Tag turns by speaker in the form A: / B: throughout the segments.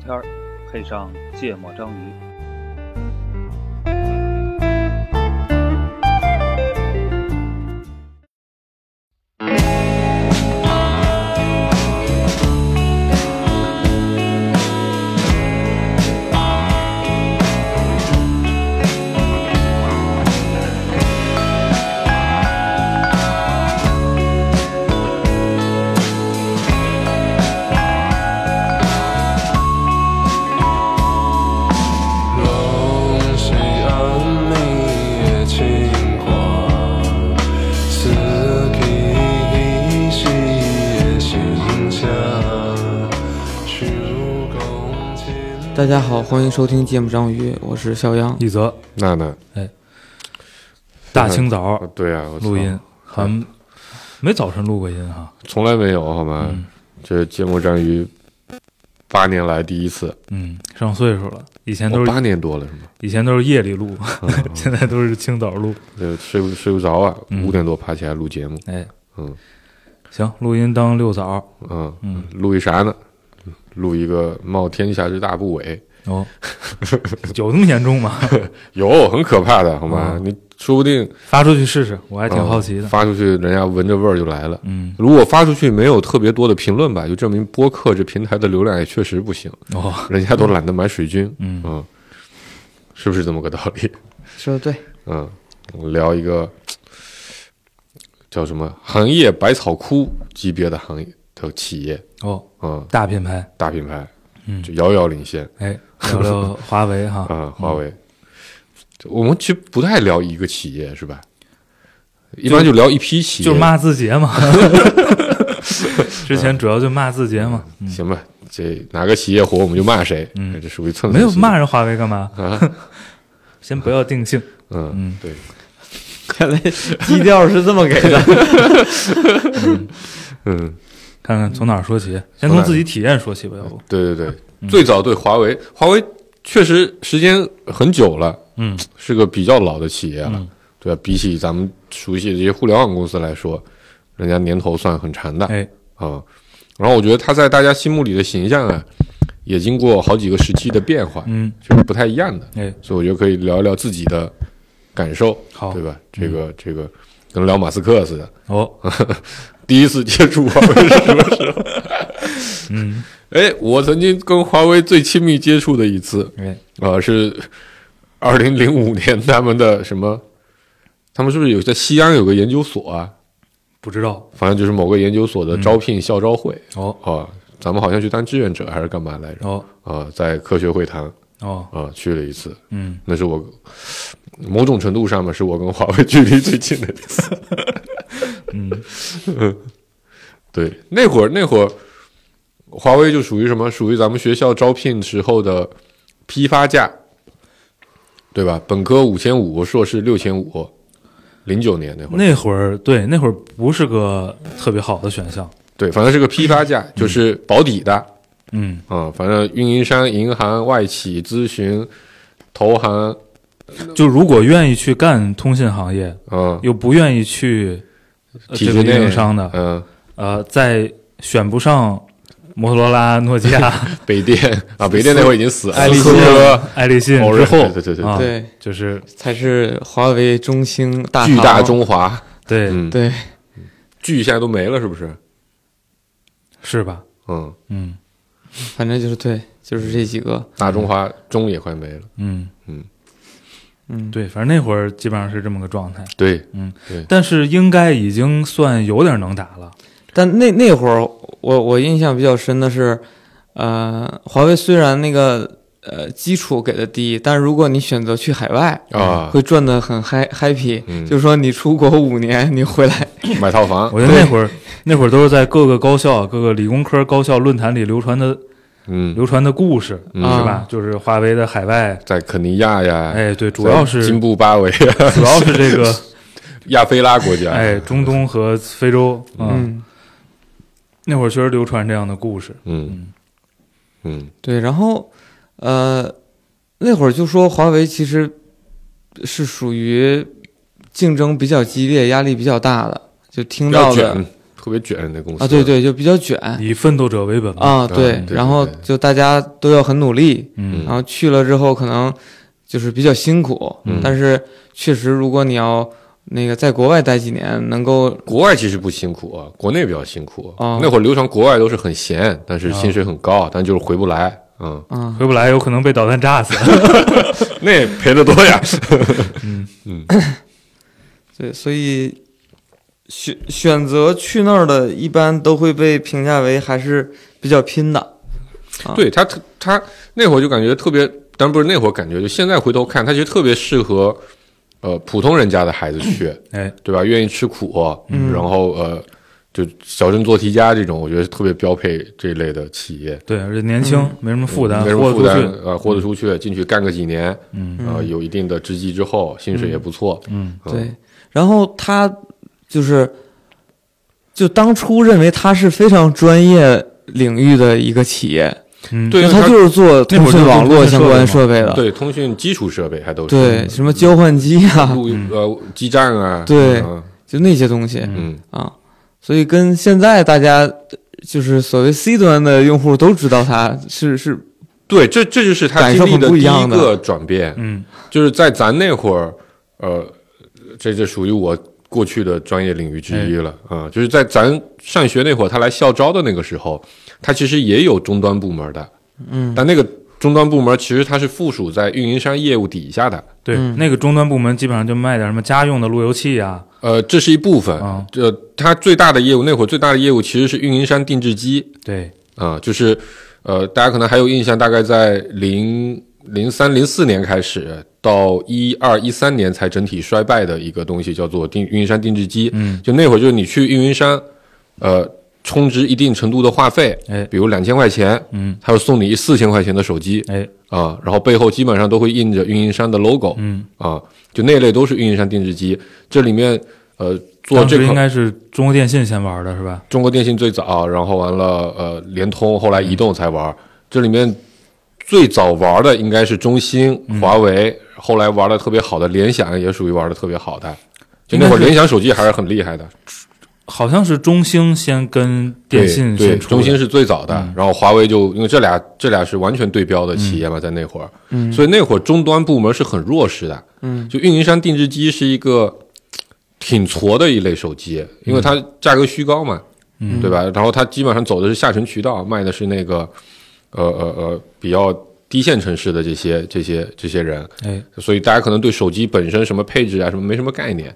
A: 天儿，配上芥末章鱼。
B: 梦是暗暝的情歌，思起彼时的心情，想讲真。
C: 大家好，欢迎收听《芥末章鱼》，我是肖央。
D: 一泽，
E: 娜娜，
D: 大清早
E: 啊对呀、啊，我操
D: 哦录音，好像没早晨录过音哈。
E: 从来没有好吗？
D: 嗯
E: 这是芥末章鱼八年来第一次，
D: 嗯，上岁数了，以前
E: 我
D: 都
E: 哦八嗯
D: 是
E: 年多了是吗？
D: 以前都是夜里录， 现在都是清早录。
E: 这睡不睡不着啊，
D: 嗯
E: 五点多爬起来录节目，
D: 哎，
E: 嗯
D: 行，录音当六早
E: 嗯
D: 嗯
E: 录一啥呢？录一个冒天下之大不韪，
D: 哦，有那么严重吗？
E: 有很可怕的好吗？
D: 嗯
E: 你说不定
D: 发出去试试，我还挺好奇
E: 嗯
D: 的。
E: 发出去人家闻着味儿就来了。
D: 嗯，
E: 如果发出去没有特别多的评论吧，就证明播客这平台的流量也确实不行，
D: 哦，
E: 人家都懒得买水军，
D: 嗯
E: 嗯，是不是这么个道理？
C: 说的对，
E: 嗯，我聊一个叫什么行业百草枯级别的行业的企业，
D: 哦，
E: 嗯，
D: 大品牌，
E: 大品牌，
D: 嗯
E: 就遥遥领先
D: 哎，聊聊华为哈
E: 啊、。华
D: 嗯
E: 为。就我们其实不太聊一个企业是吧？一般就聊一批企 业，
D: 就骂字节 嘛，之前主要就骂字节嘛，嗯
E: 行吧？这哪个企业火我们就骂谁，
D: 嗯
E: 这属于蹭
D: 没有
E: 蹭
D: 骂人华为干嘛？
E: 啊，
D: 先不要定性，
E: 嗯
D: 嗯
E: 对，
C: 看来 基调是这么给的。
E: 嗯，
D: 看看从哪儿说起，先
E: 从哪
D: 从
E: 儿啊
D: 自己体验说起吧，要不？
E: 对对对，最早对华为，华为确实时间很久了，
D: 嗯
E: 是个比较老的企业了，
D: 嗯
E: 对吧？比起咱们熟悉的这些互联网公司来说，人家年头算很长的啊、
D: 哎，
E: 嗯然后我觉得他在大家心目里的形象啊，也经过好几个时期的变化，
D: 嗯，
E: 就是不太一样的。
D: 哎，
E: 所以我觉得可以聊一聊自己的感受，
D: 好嗯
E: 对吧？这个、这个跟聊马斯克似的，
D: 哦，
E: 第一次接触华为是什么时候？
D: 嗯，
E: 哎，我曾经跟华为最亲密接触的一次，
D: 哎，
E: 啊，是二零零五年他们的什么？他们是不是有在西安有个研究所啊？
D: 不知道，
E: 反正就是某个研究所的招聘校招会、
D: 哦
E: 啊，咱们好像去当志愿者还是干嘛来着？
D: 哦
E: 啊，在科学会堂
D: 哦，
E: 啊去了一次，
D: 嗯，
E: 那是我某种程度上面是我跟华为距离最近的一次。 嗯， 对，那会儿那会儿，华为就属于什么？属于咱们学校招聘时候的批发价，对吧？本科五千五，硕士六千五，零九年那会儿，
D: 那会儿对，那会儿不是个特别好的选项，
E: 对，反正是个批发价，就是保底的。
D: 嗯，
E: 啊，反正运营商、银行、外企、咨询、投行，
D: 就如果愿意去干通信行业，
E: 嗯，
D: 又不愿意去、呃
E: 体
D: 这
E: 制
D: 个运
E: 内
D: 营商的，
E: 嗯，
D: 呃，在选不上摩托罗拉、诺 基亚、
E: 北电啊，北电那会儿已经死了，
C: 爱立
E: 思
C: 信
E: 科
D: 爱立信
E: 某
D: 啊之
E: 人
D: 后，
E: 对对对对
D: 啊
C: 对，
D: 就是
C: 才是华为、中兴、大
E: 巨大
C: 唐
E: 中华，
D: 对，
E: 嗯，
C: 对，
E: 巨现在都没了，是不是？
D: 是吧？
E: 嗯，
D: 嗯
C: 反正就是对，就是这几个。
E: 大中华中也快没了，
D: 嗯
E: 嗯
C: 嗯，
D: 对，反正那会儿基本上是这么个状态，
E: 对，
D: 但是应该已经算有点能打了，
C: 但那那会儿，我我印象比较深的是，呃，华为虽然那个呃基础给的低，但如果你选择去海外
E: 啊
C: 会赚的很嗨 happy，、
E: 嗯
C: 就是说你出国五年，你回来
E: 买套房，
D: 我觉得那会儿那会儿都是在各个高校、啊各个理工科高校论坛里流传的
E: 嗯，
D: 流传的故事，
E: 嗯
D: 是吧？就是华为的海外，
E: 在肯尼亚呀，
D: 哎，对，
E: 啊在
D: 主要是
E: 津布巴啊维、
D: 主要是这个，
E: 亚非拉国家，
D: 哎，中东和非洲，嗯，
C: 嗯，
D: 那会儿确实流传这样的故事，
E: 嗯嗯
C: 对，然后呃，那会儿就说华为其实是属于竞争比较激烈、压力比较大的，就听
E: 比较
C: 到的
E: 卷，嗯特别卷那公司
C: 啊，对，对，就比较卷
D: 以奋斗者为本嘛。
C: 啊，
E: 对对
C: 然后
E: 对
C: 就大家都要很努力，
D: 嗯
C: 然后去了之后可能就是比较辛苦，
E: 嗯
C: 但是确实如果你要那个在国外待几年，能够
E: 国外其实不辛苦啊，国内比较辛苦啊
C: 哦
E: 那会儿流传国外都是很闲，但
D: 啊
E: 是薪水很高，但就是回不来。嗯，
C: 啊，
D: 回不来有可能被导弹炸死。
E: 那赔的多呀。
C: 对，所以选选择去那儿的，一般都会被评价为还是比较拼的。啊
E: 对他特，他那会儿就感觉特别，当然不是那会儿感觉，就现在回头看，他其实特别适合，呃，普通人家的孩子去，
D: 哎，
E: 对吧？愿意吃苦，
C: 嗯
E: 然后呃，就小镇做题家这种，我觉得特别标配这类的企业，
D: 对，而且年轻，没什么负担，
E: 嗯没什
D: 豁
E: 么
D: 得
E: 负
D: 出
E: 担
D: 去。，
E: 呃，豁得出去，进去干个几年，
D: 嗯
E: 呃，有一定的职级之后，薪水也不错，
D: 嗯，
E: 嗯
C: 对，然后他就是，就当初认为他是非常专业领域的一个企业，
D: 嗯，
E: 对
C: 因为
E: 因为
C: 他
E: 他
C: 就是做
D: 那
C: 通
D: 会儿
C: 讯
D: 就是
C: 网络相关设备的，
E: 对，通讯基础设备还都是
C: 对，什么交换机啊，
E: 路呃基站啊，
C: 对
E: 嗯
C: 就那些东西
E: 嗯，
C: 啊，所以跟现在大家就是所谓 C 端的用户都知道他是是
E: 对，这这就是他
C: 感受
E: 经历
C: 很
E: 的
C: 不
E: 第
C: 一
E: 一
C: 样的
E: 个转变，
D: 嗯
E: 就是在咱那会儿，呃，这这属于我过去的专业领域之一了啊、就是在咱上学那会儿，他来校招的那个时候，他其实也有终端部门的，
C: 嗯，
E: 但那个终端部门其实它是附属在运营商业务底下的，
D: 对，
C: 嗯
D: 那个终端部门基本上就卖点什么家用的路由器啊呀，
E: 呃，这是一部分
D: 啊。
E: 这它最大的业务，那会儿最大的业务其实是运营商定制机
D: 对，
E: 啊、就是呃，大家可能还有印象，大概在零零三零四年开始到一二一三年才整体衰败的一个东西，叫做定运营商定制机。
D: 嗯，
E: 就那会儿，就是你去运营商，呃，充值一定程度的话费，
D: 哎
E: 比如两千块钱，
D: 嗯，
E: 他就送你一四千块钱的手机
D: 哎，
E: 啊、然后背后基本上都会印着运营商的 logo，
D: 嗯，
E: 啊，就那类都是运营商定制机。这里面呃，做
D: 当
E: 这
D: 时应
E: 块
D: 该是中国电信先玩的是吧？
E: 中国电信最早，然后完了呃，联通，后来移动才玩。这里面最早玩的应该是中兴、华为，后来玩的特别好的联想也属于玩的特别好的。就那会儿
D: 应该是
E: 联想手机还是很厉害的，
D: 好像是中兴先跟电信
E: 对对
D: 先出
E: 中
D: 的，
E: 兴是最早的，然后华为就因为这俩这俩是完全对标的企业嘛，在那会儿，
C: 嗯
E: 所以那会儿终端部门是很弱势的，
C: 嗯，
E: 就运营商定制机是一个挺矬的一类手机，因为它价格虚高嘛，
D: 嗯
E: 对吧？然后它基本上走的是下沉渠道，卖的是那个呃呃呃比较低线城市的这些这些这些人，
D: 哎，
E: 所以大家可能对手机本身什么配置啊什么没什么概念，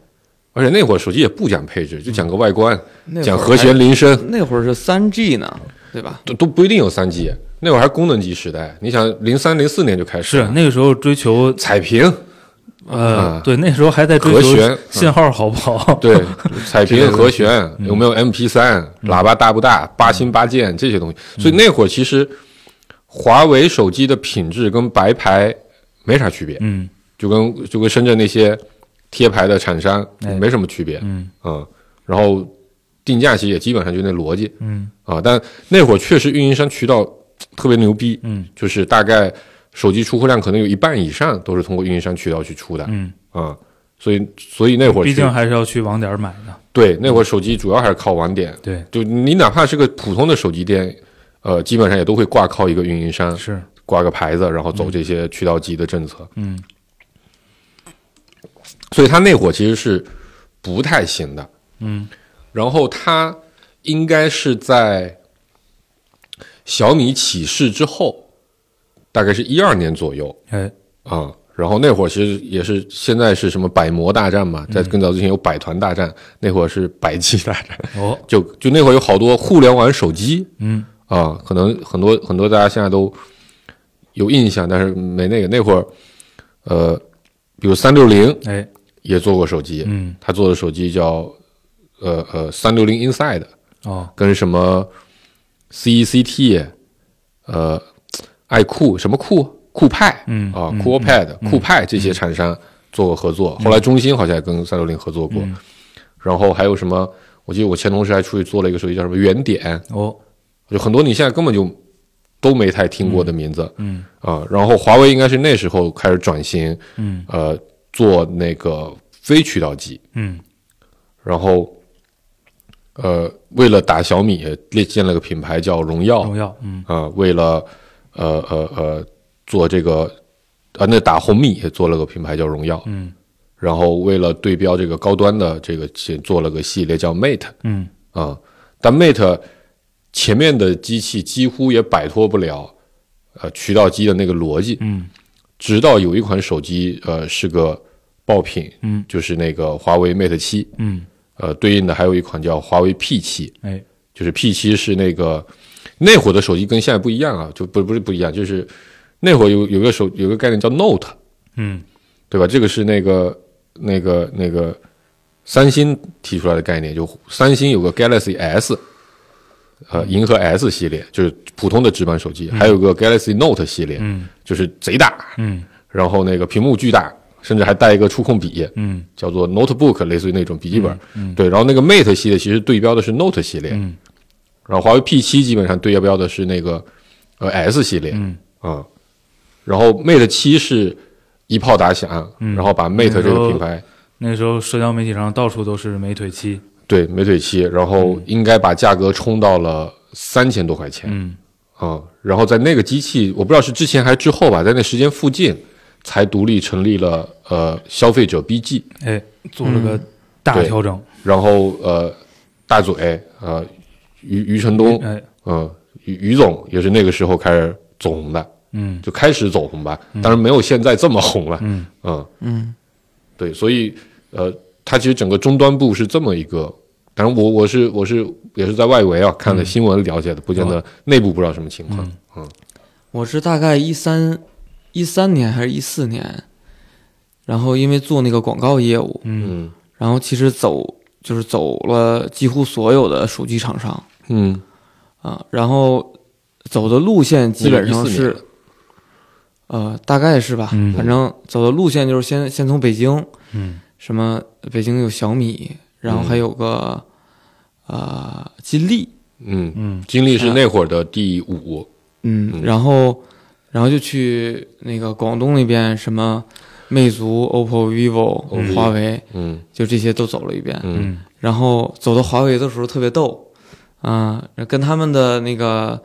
E: 而且那会儿手机也不讲配置，就讲个外观，
C: 那
E: 讲
C: 会儿
E: 和
C: 还
E: 弦铃声。
C: 那会儿是三 G 呢，对吧？
E: 都都不一定有三 G，那会儿还功能机时代。你想，零三零四年就开始
D: 是啊
E: 了，
D: 那个时候追求
E: 彩屏，
D: 呃
E: 啊，
D: 对，那时候还在追
E: 和
D: 求
E: 弦啊
D: 信号好不好？
E: 对， 彩屏和弦
D: 嗯
E: 有没有 MP 三，喇叭大不大，八星八键这些东
D: 嗯
E: 西。所以那会儿其实华为手机的品质跟白牌没啥区别，
D: 嗯
E: 就跟就跟深圳那些贴牌的厂商
D: 哎
E: 没什么区别，
D: 嗯
E: 嗯，然后定价其实也基本上就那逻辑
D: 嗯
E: 啊。但那会儿确实运营商渠道特别牛逼，
D: 嗯
E: 就是大概手机出货量可能有一半以上都是通过运营商渠道去出的啊、
D: 嗯，
E: 所以所以那会儿
D: 毕
E: 去
D: 竟还是要去网点儿买的。
E: 对那会儿手机主要还是靠网点，
D: 对，
E: 就你哪怕是个普通的手机店，呃，基本上也都会挂靠一个运营商，
D: 是，
E: 挂个牌子，然后走这些渠道机的政策，
D: 嗯
E: 所以他那会儿其实是不太行的，
D: 嗯
E: 然后他应该是在小米起势之后，大概是一二年左右，
D: 哎
E: 啊、然后那会儿其实也是现在是什么百魔大战嘛，在更早之前有百团大战，那会儿是百机大战，
D: 哦
E: 就就那会儿有好多互联网手机
D: 嗯
E: 啊、可能很多很多大家现在都有印象，但是没那个那会儿，呃，比如三六零
D: 哎
E: 也做过手机，
D: 嗯
E: 他做的手机叫呃呃三六零 Inside，
D: 哦
E: 跟什么 CECT，呃，爱酷什么酷酷派，
D: 嗯
E: 啊
D: 嗯
E: 酷 Pad、酷派这些厂商做过合作。后来中兴好像也跟三六
D: 嗯
E: 零合作过，然后还有什么？我记得我前同事还出去做了一个手机叫什么原点，
D: 哦
E: 就很多你现在根本就都没太听过的名字
D: 嗯
E: 啊。然后华为应该是那时候开始转型，
D: 嗯
E: 呃，做那个非渠道机，
D: 嗯
E: 然后呃，为了打小米，也建了个品牌叫荣耀，
D: 荣耀，嗯，
E: 啊、为了呃呃呃做这个啊，那打红米也做了个品牌叫荣耀，
D: 嗯，
E: 然后为了对标这个高端的这个其做了个系列叫 Mate
D: 嗯，
E: 啊、但 Mate 前面的机器几乎也摆脱不了呃渠道机的那个逻辑，
D: 嗯，
E: 直到有一款手机呃是个爆品，
D: 嗯，
E: 就是那个华为 Mate 七，
D: 嗯，
E: 呃，对应的还有一款叫华为 P 七，
D: 哎，
E: 就是 P 七是那个那会儿的手机跟现在不一样啊，就不不是不一样，就是那会儿有有个手有个概念叫 Note，
D: 嗯，
E: 对吧？这个是那个那个那个三星提出来的概念，就三星有个 Galaxy S，呃，银河 S 系列就是普通的直板手机，还有个 Galaxy Note 系列，
D: 嗯，
E: 就是贼大，
D: 嗯，
E: 然后那个屏幕巨大，甚至还带一个触控笔，
D: 嗯，
E: 叫做 notebook，类似于那种笔记本。对，然后那个 Mate 系列其实对标的是 Note 系列，
D: 嗯
E: 然后华为 P 7基本上对标的是那个呃 S 系列，
D: 嗯
E: 啊然后 Mate 7是一炮打响，
D: 嗯
E: 然后把 Mate 这个品牌。
D: 那时候社交媒体上到处都是美腿七，
E: 对美腿七，然后应该把价格冲到了三千多块钱，
D: 嗯
E: 啊、然后在那个机器，我不知道是之前还是之后吧，在那时间附近才独立成立了呃消费者 BG，
D: 哎，做了个大调整，
E: 然后呃大嘴呃于于承东，嗯、
D: 哎，
E: 于于总也是那个时候开始走红的，
D: 嗯
E: 就开始走红吧，当然没有现在这么红了，
D: 嗯
E: 嗯
C: 嗯
E: 对，所以呃，它其实整个终端部是这么一个，当然我我是我是也是在外围啊看
C: 嗯
E: 了新闻了解的，不见得内部不知道什么情况。嗯，
C: 我是大概一三一三年还是一四年，然后因为做那个广告业务，
D: 嗯
E: 嗯
C: 然后其实走就是走了几乎所有的手机厂商
E: 嗯，
C: 啊，然后走的路线基本上
E: 那就14年
C: 是
E: 了
C: 呃大概是吧，
D: 嗯
C: 反正走的路线就是先先从北京，
D: 嗯
C: 什么北京有小米，然后还有个、呃金立，
E: 嗯，
D: 嗯
E: 金立是那会儿的第五，
C: 嗯，然后然后就去那个广东那边什么。魅族、OPPO、vivo、
E: 嗯
C: 华为，
E: 嗯
C: 就这些都走了一遍。
E: 嗯
D: 嗯
C: 然后走到华为的时候特别逗，啊、跟他们的那个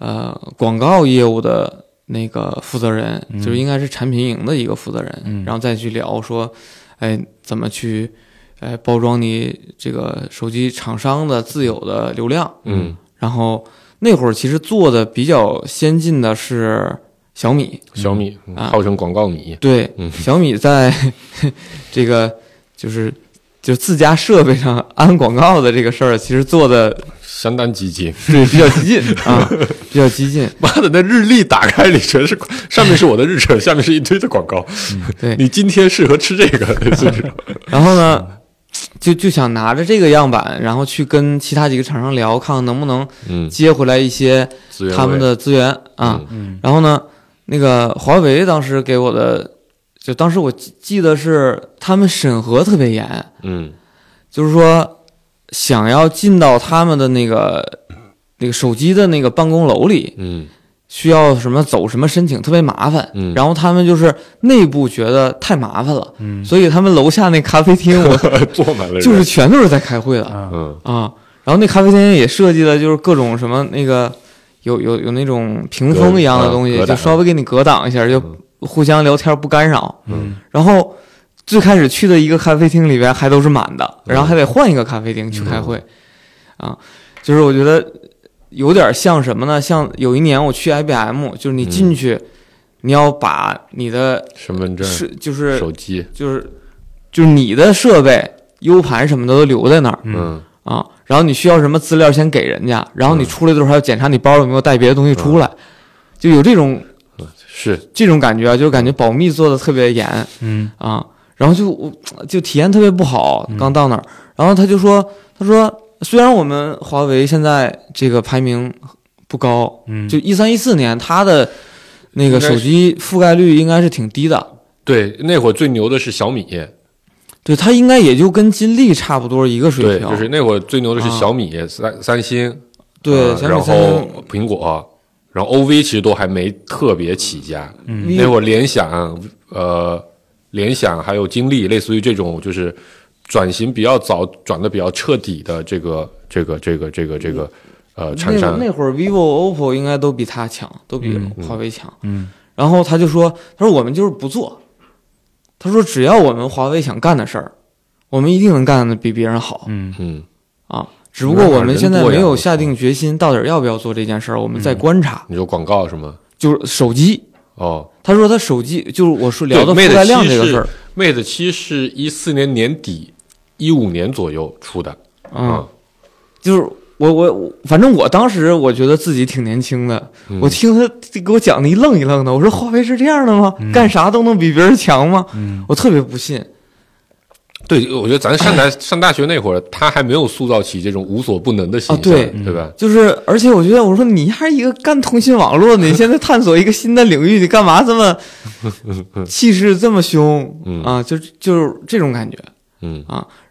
C: 呃广告业务的那个负责人，就是应该是产品营的一个负责人，
D: 嗯
C: 然后再去聊说，哎，怎么去，哎，包装你这个手机厂商的自有的流量。
E: 嗯，
C: 然后那会儿其实做的比较先进的是小米，
E: 小米嗯
C: 啊
E: 号称广告米，
C: 对，
E: 嗯
C: 小米在这个就是就自家设备上安广告的这个事儿，其实做的
E: 相当积极。
C: 对比较激进啊，比较激进。
E: 妈的，那日历打开里全是广，上面是我的日程，下面是一堆的广告。
C: 对
E: 你今天适合吃这个， 类似这种。
C: 然后呢，就就想拿着这个样板，然后去跟其他几个厂商聊，看看能不能
E: 嗯，
C: 接回来一些
E: 资源
C: 他们
E: 位
C: 的资源啊。
E: 嗯
D: 嗯
C: 然后呢，那个华为当时给我的，就当时我记记得是他们审核特别严，
E: 嗯
C: 就是说想要进到他们的那个那个手机的那个办公楼里，
E: 嗯
C: 需要什么走什么申请，特别麻烦。
E: 嗯
C: 然后他们就是内部觉得太麻烦了，
D: 嗯
C: 所以他们楼下那咖啡厅 我
E: 坐满了人，
C: 就是全都是在开会的
D: 啊
E: 嗯
C: 啊。然后那咖啡厅也设计的就是各种什么那个有有有那种屏风一样的东
E: 隔
C: 西，
E: 隔
C: 就
E: 挡
C: 稍微给你隔挡一下，就
E: 嗯
C: 互相聊天不干扰。
D: 嗯
C: 然后最开始去的一个咖啡厅里边还都是满的，
E: 嗯
C: 然后还得换一个咖啡厅去开会，啊，就是我觉得有点像什么呢？像有一年我去 IBM，就是你进去，你要把你的
E: 身份证、
C: 是就是
E: 嗯手机，
C: 就是就是你的设备、U 盘什么的都留在那儿
D: 嗯
E: 嗯，
C: 啊，然后你需要什么资料先给人家，然后你
E: 嗯
C: 出来的时候还要检查你包有没有带别的东西出来，就有这种
E: 是
C: 这种感觉啊，就是感觉保密做的特别严。
D: 嗯
C: 啊，然后就我就体验特别不好，刚到那儿，然后他就说，他说虽然我们华为现在这个排名不高，
D: 嗯，
C: 就一三一四年它的那个
E: 应该
C: 手
E: 是
C: 机覆盖率应该是挺低的，
E: 对那会儿最牛的是小米，
C: 对，它应该也就跟金立差不多一个水
E: 对，
C: 平，
E: 就是那会儿最牛的是小米、三三星，
C: 啊对
E: 呃
C: 小米
E: 然
C: 三星
E: 后苹果，然后 OV 其实都还没特别起家，
C: V-
E: 那会儿联想，呃，联想还有金立，类似于这种就是转型比较早、转的比较彻底的这个这个这个这个这个呃
C: 那
E: 厂商，
C: 那会儿 vivo、oppo 应该都比他强，都比
D: 嗯
C: 华为强。
D: 嗯
C: 然后他就说：“他说我们就是不做，他说只要我们华为想干的事儿，我们一定能干的比别人好
D: 嗯
E: 嗯
C: 啊。只不过我们现在没有下定决心，到底要不要做这件事儿，我们再观察。
E: 你说广告是吗？
C: 就是手机，
E: 哦
C: 他说他手机就是我说聊的
E: 对
C: 覆盖量
E: ，Mate
C: 这个事儿，
E: ，Mate 七是一四年年底、一五年左右出的，啊
C: 嗯，就是我我我，反正我当时我觉得自己挺年轻的，
E: 嗯
C: 我听他给我讲的一愣一愣的，我说华为是这样的吗？干啥都能比别人强吗？
D: 嗯
C: 我特别不信。
E: 对，我觉得 咱上大上大学那会儿，他还没有塑造起这种无所不能的形象，
C: 啊对
E: 对吧？
C: 就是，而且我觉得，我说你还是一个干通信网络的，你现在探索一个新的领域，你干嘛这 么气势这么凶
E: 嗯
C: 啊？就就是这种感觉。
E: 嗯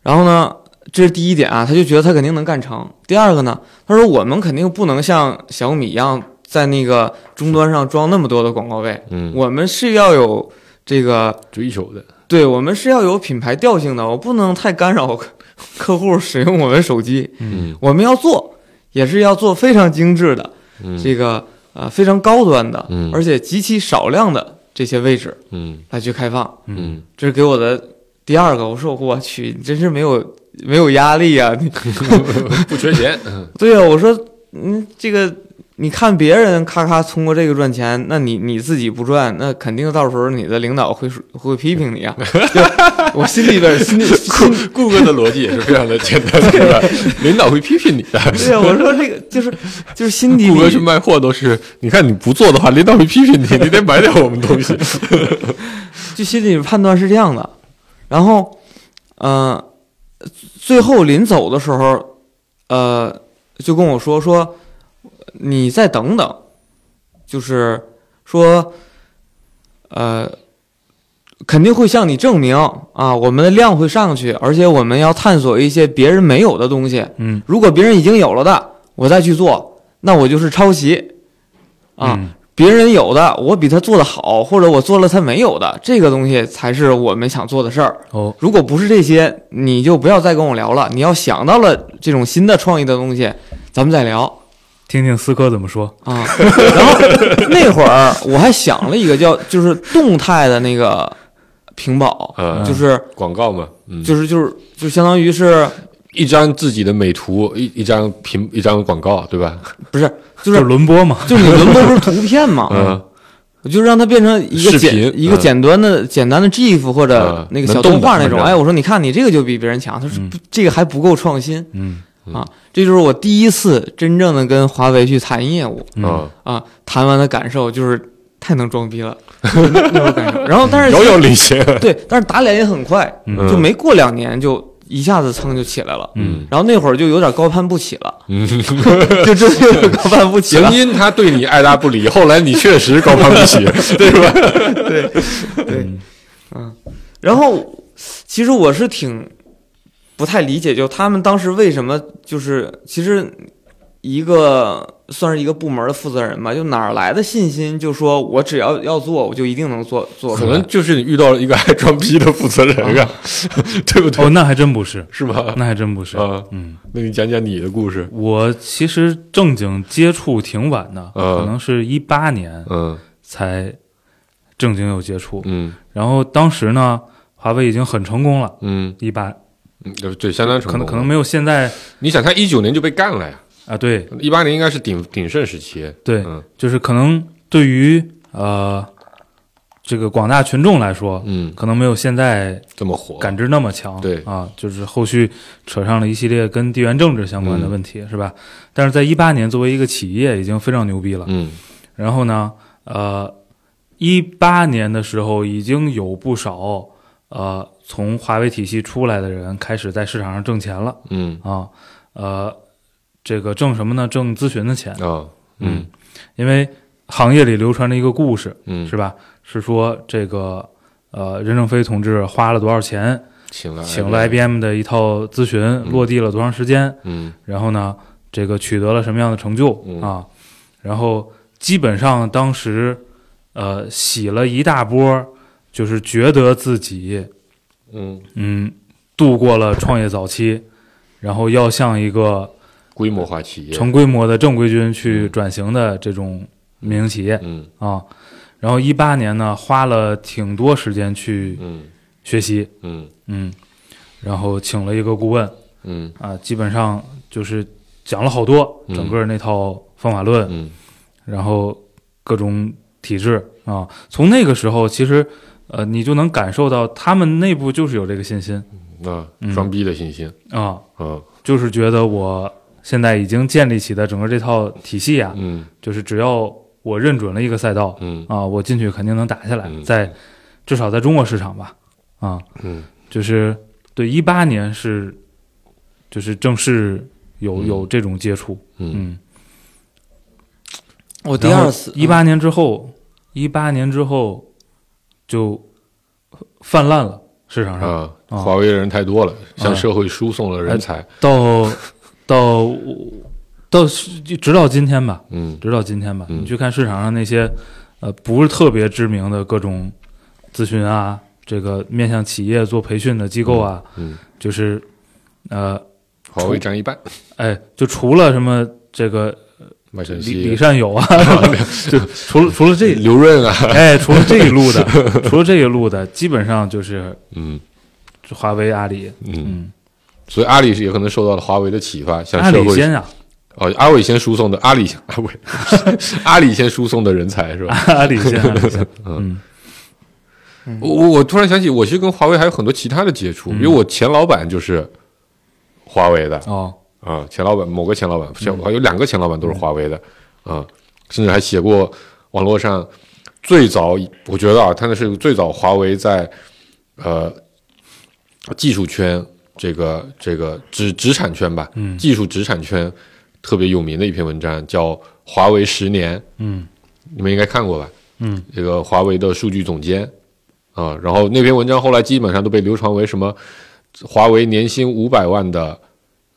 C: 然后呢，这是第一点啊，他就觉得他肯定能干成。第二个呢，他说我们肯定不能像小米一样在那个终端上装那么多的广告位，
E: 嗯，
C: 我们是要有这个，
E: 追求的，
C: 对我们是要有品牌调性的，我不能太干扰客客户使用我们手机，
E: 嗯
C: 我们要做也是要做非常精致的。
E: 嗯
C: 这个呃非常高端的，
E: 嗯
C: 而且极其少量的这些位置
E: 嗯
C: 来去开放。
D: 嗯
E: 嗯，
C: 这是给我的第二个，我说我去，你真是没有没有压力呀、 你
E: 不缺钱，嗯
C: 对呀、我说嗯，这个你看别人咔咔通过这个赚钱，那你你自己不赚，那肯定到时候你的领导会说会批评 你啊。就我心里边心里
E: 顾顾哥的逻辑也是非常的简单，对吧？领导会批评你的。
C: 对呀、我说这个就是就是心底
E: 顾哥去
C: 里
E: 卖货都是，你看你不做的话，领导会批评你，你得买点我们 东西。
C: 就心里判断是这样的。然后，呃，最后临走的时候，呃，就跟我说说，你再等等，就是说，呃，肯定会向你证明啊，我们的量会上去，而且我们要探索一些别人没有的东西。
D: 嗯，
C: 如果别人已经有了的，我再去做，那我就是抄袭啊。
D: 嗯
C: 别人有的，我比他做的好，或者我做了他没有的，这个东西才是我们想做的事儿。
D: 哦，
C: 如果不是这些，你就不要再跟我聊了。你要想到了这种新的创意的东西，咱们再聊
D: 听听思科怎么说。
C: 啊。 然后那会儿我还想了一个叫就是动态的那个屏保，
E: 呃，
C: 就是
E: 广告嘛，嗯，
C: 就是就是就相当于是
E: 一张自己的美图，一一张屏，一张广告，对吧？
C: 不是就
D: 就是
C: 是
D: 轮播嘛，
C: 就是你轮播不是图片嘛？
E: 嗯，
C: 我就让它变成一个
E: 视
C: 简
E: 频
C: 一个
E: 嗯
C: 简单的、简单的 GIF 或者
E: 嗯
C: 那个
E: 能
C: 小
E: 动
C: 动画
E: 的
C: 那种。
E: 反正
C: 哎，我说你看你这个就比别人强，他说
D: 嗯
C: 不这个还不够创新，啊
D: 嗯
C: 这就是我第一次真正的跟华为去谈业务
E: 嗯，
C: 啊，谈完的感受就是太能装逼了，就是那那种感受。然后但
E: 遥
C: 是
E: 遥 领先，
C: 对，但是打脸也很快，
D: 嗯
C: 就没过两年就一下子蹭就起来了。
E: 嗯
C: 然后那会儿就有点高攀不起了，
E: 嗯。
C: 就真的有点高攀不起
E: 曾
C: 了。
E: 经他对你爱答不理，后来你确实高攀不 起，对吧？
C: 对，嗯，然后其实我是挺不太理解，就他们当时为什么就是其实一个算是一个部门的负责人吧，就哪儿来的信心，就说我只要要做，我就一定能做做
E: 可
C: 出来
E: 能就是你遇到了一个爱装逼的负责人啊， 对不对？
D: 哦，那还真不是，
E: 是吗？
D: 那还真不是。
E: 啊，
D: 嗯，
E: 那你讲讲你的故事。
D: 我其实正经接触挺晚的，
E: 嗯
D: 可能是一八年
E: 嗯
D: 才正经有接触。
E: 嗯
D: 然后当时呢，华为已经很成功了，
E: 嗯，
D: 一八
E: 嗯对，相当成
D: 可
E: 功
D: 能
E: 了。
D: 可能没有现在
E: 你想，他一九年就被干了呀，
D: 啊，对
E: 一八年应该是鼎鼎盛时期。
D: 对，
E: 嗯
D: 就是可能对于呃这个广大群众来说，
E: 嗯，
D: 可能没有现在
E: 这么火，
D: 感知那么强，
E: 对
D: 啊，就是后续扯上了一系列跟地缘政治相
E: 嗯
D: 关的问题，是吧？但是在一八年，作为一个企业已经非常牛逼了。
E: 嗯
D: 然后呢，呃，一八年的时候已经有不少呃从华为体系出来的人开始在市场上挣钱了
E: 嗯
D: 啊，呃，这个挣什么呢？挣咨询的钱，
E: 啊嗯
D: 因为行业里流传着一个故事，
E: 嗯，
D: 是吧？是说这个呃任正非同志花了多少钱？
E: 请了
D: 请了 IBM 的一套咨询，落地了多长时间？
E: 嗯
D: 然后呢，这个取得了什么样的成就、
E: 嗯
D: 啊？然后基本上当时，呃，洗了一大波，就是觉得自己
E: 嗯
D: 嗯度过了创业早期，然后要向一个
E: 规模化企业，
D: 成规模的正规军去转型的这种民营企业
E: 嗯
D: 啊。然后一八年呢，花了挺多时间去
E: 嗯
D: 学习，
E: 嗯
D: 嗯，然后请了一个顾问
E: 嗯
D: 啊，基本上就是讲了好多
E: 嗯
D: 整个那套方法论，
E: 嗯
D: 然后各种体制啊。从那个时候，其实呃，你就能感受到他们内部就是有这个信心
E: 嗯，那
D: 嗯
E: 装逼的信心
D: 啊，
E: 啊，
D: 就是觉得我现在已经建立起的整个这套体系啊，
E: 嗯
D: 就是只要我认准了一个赛道
E: 嗯
D: 啊，我进去肯定能打下来，
E: 嗯
D: 在至少在中国市场吧，啊，
E: 嗯，
D: 就是对一八年是就是正式有、
E: 嗯
D: 有这种接触，
E: 嗯
D: 嗯，
C: 我第二次
D: 一八年之后，一八年之后就泛滥了市场上，
E: 啊，
D: 啊
E: 华为的人太多了，向
D: 啊
E: 社会输送了人
D: 哎
E: 才，
D: 到到到直到今天吧，
E: 嗯
D: 直到今天吧，
E: 嗯
D: 你去看市场上那些呃不是特别知名的各种咨询啊，这个面向企业做培训的机构啊，
E: 嗯，
D: 就是呃
E: 华为占一半，
D: 哎，就除了什么这个
E: 麦肯
D: 李李
E: 锡、
D: 善友啊， 就除了除了这
E: 刘润啊，
D: 哎除了这一路的，除了这一路的，基本上就是
E: 嗯
D: 华为、阿里，
E: 嗯，
D: 嗯，
E: 所以阿里是也可能受到了华为的启发，向
D: 阿
E: 社
D: 里
E: 会
D: 先啊，
E: 哦，阿伟先输送的阿里，阿 伟，阿里先输送的人才是吧？
D: 阿里先，阿里先，嗯
E: 我我我突然想起，我其实跟华为还有很多其他的接触，
D: 嗯
E: 因为我前老板就是华为的
D: 哦，
E: 啊，前老板某个前老板，
D: 嗯
E: 前有两个前老板都是华为的啊，甚至还写过网络上最早，我觉得啊，他那是最早华为在呃技术圈这个这个职职产圈吧，
D: 嗯
E: 技术职产圈特别有名的一篇文章，叫《华为十年》，
D: 嗯
E: 你们应该看过吧？
D: 嗯，
E: 这个华为的数据总监啊，然后那篇文章后来基本上都被流传为什么华为年薪五百万的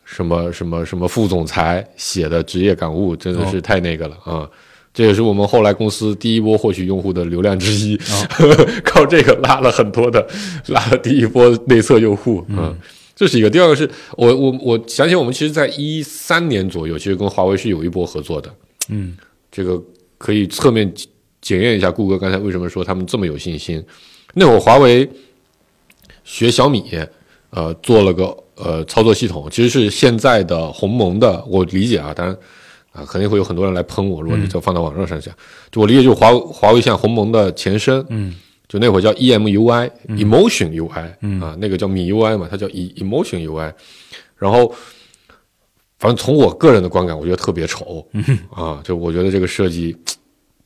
E: 什么什么什么副总裁写的职业感悟，真的是太那个了、啊！这也是我们后来公司第一波获取用户的流量之一， 靠这个拉了很多的，拉了第一波内测用户，嗯。这是一个，第二个是我我我想起我们其实，在一三年左右，其实跟华为是有一波合作的，
D: 嗯
E: 这个可以侧面检检验一下顾哥刚才为什么说他们这么有信心。那会儿华为学小米，呃，做了个呃操作系统，其实是现在的鸿蒙的，我理解啊，当然啊、肯定会有很多人来喷我，如
D: 嗯
E: 果你这放到网络上讲，就我理解就是华华为像鸿蒙的前身，
D: 嗯，
E: 就那会儿叫 E EMUI、Emotion UI，
D: 嗯
E: 啊，那个叫米 UI 嘛，它叫 E Emotion UI，然后。反正从我个人的观感，我觉得特别丑，
D: 嗯
E: 啊，就我觉得这个设计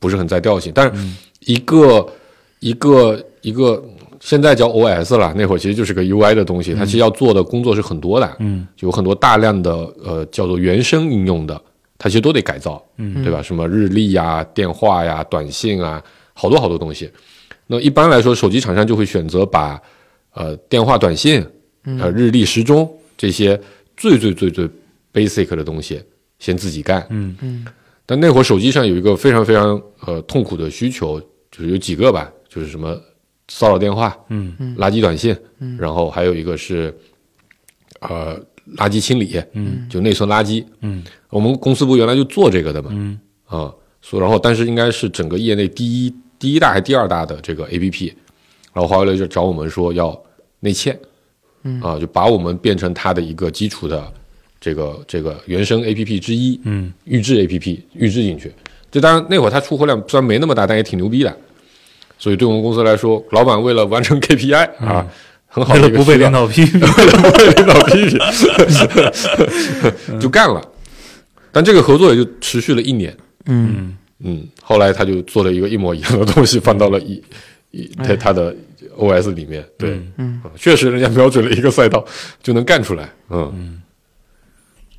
E: 不是很在调性。但是
D: 嗯
E: 一个、一个一个现在叫 OS 了，那会儿其实就是个 UI 的东西，它其实要做的工作是很多的，
D: 嗯，
E: 就有很多大量的呃叫做原生应用的，它其实都得改造，
D: 嗯，
E: 对吧？什么日历呀、电话呀、短信啊，好多好多东西。那一般来说，手机厂商就会选择把呃电话、短信、呃日历、时钟这些最最最最 basic 的东西先自己干，
D: 嗯
E: 但那会儿手机上有一个非常非常呃痛苦的需求，就是有几个吧，就是什么骚扰电话、
D: 嗯
E: 垃圾短信，然后还有一个是呃垃圾清理，
D: 嗯，
E: 就内存垃圾。
D: 嗯
E: 我们公司不原来就做这个的嘛，
D: 嗯
E: 啊，所以然后但是应该是整个业内第一第一大还是第二大的这个 APP，然后华为来就找我们说要内嵌，嗯啊，就把我们变成它的一个基础的这个这个原生 APP 之一，
D: 嗯
E: 预制 APP 预制进去。这当然那会儿它出货量虽然没那么大，但也挺牛逼的。所以对我们公司来说，老板为了完成 KPI 啊，很
D: 嗯
E: 好
D: 为
E: 的
D: 了
E: 一个
D: 不被
E: 渠道
D: 领导批评，
E: 领导批
D: 嗯
E: 评，就 干了。但这个合作也就持续了一年，
D: 嗯
E: 嗯，后来他就做了一个一模一样的东西，放到了一一
D: 哎
E: 他他的 OS 里面，对，
D: 嗯
E: 嗯，确实人家瞄准了一个赛道 就能干出来，嗯，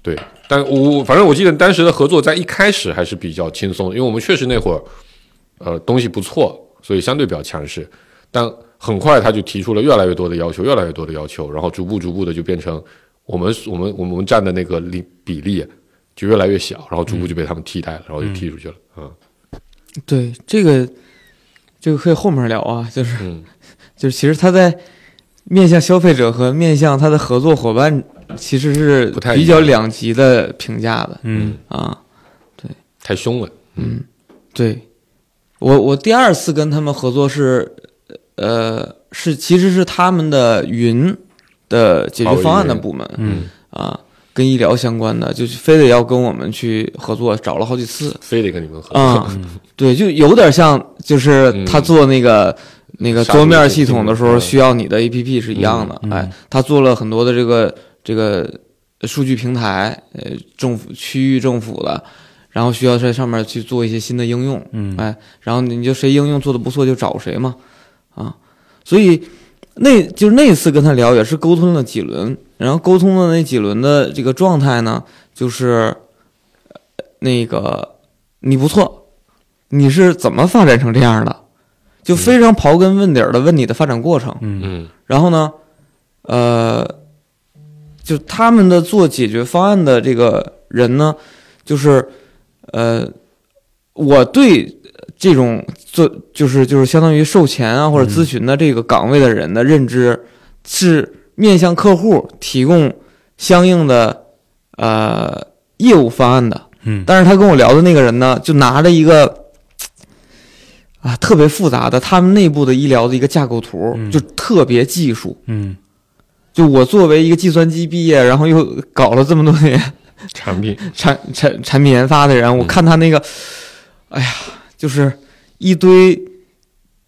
E: 对。但我我反正我记得当时的合作在一开始还是比较轻松，因为我们确实那会儿呃东西不错，所以相对比较强势。但很快他就提出了越来越多的要求，越来越多的要求，然后逐步逐步的就变成我们我们我们占的那个比比例就越来越小，然后逐步就被他们替代了，然后就踢出去了，嗯。
C: 对这个，这个可以后面聊啊，就是
E: 嗯
C: 就是，其实他在面向消费者和面向他的合作伙伴其实是
E: 不太一样
C: 比较两极的评价的
D: 嗯
C: 啊。
E: 太凶了。
C: 嗯对，我我第二次跟他们合作是，呃，是其实是他们的云的解决方案的部门
D: 嗯，
C: 啊，跟医疗相关的，就是非得要跟我们去合作，找了好几次。
E: 非得跟你们合
C: 啊
E: 作，、
C: 对，就有点像，就是他做那个、那个
E: 杀毒
C: 桌面系统的时候，
E: 嗯
C: 需要你的 APP 是一样的。
D: 嗯嗯
C: 哎，他做了很多的这个这个数据平台，呃，政府区域政府的，然后需要在上面去做一些新的应用。
D: 嗯
C: 哎，然后你就谁应用做的不错就找谁嘛，啊，所以那就是那次跟他聊也是沟通了几轮，然后沟通的那几轮的这个状态呢，就是呃那个你不错，你是怎么发展成这样的？就非常刨根问底的问你的发展过程，
D: 嗯
E: 嗯
C: 然后呢，呃，就他们的做解决方案的这个人呢，就是呃，我对这种做就是就是相当于售前啊或者咨询的这个岗位的人的认知是面向客户提供相应的呃业务方案的，
D: 嗯
C: 但是他跟我聊的那个人呢，就拿着一个。啊，特别复杂的他们内部的医疗的一个架构图，
D: 嗯
C: 就特别技术。
D: 嗯
C: 就我作为一个计算机毕业，然后又搞了这么多年，
E: 产品
C: 产产产品研发的人，我看他那个，哎呀，就是一堆，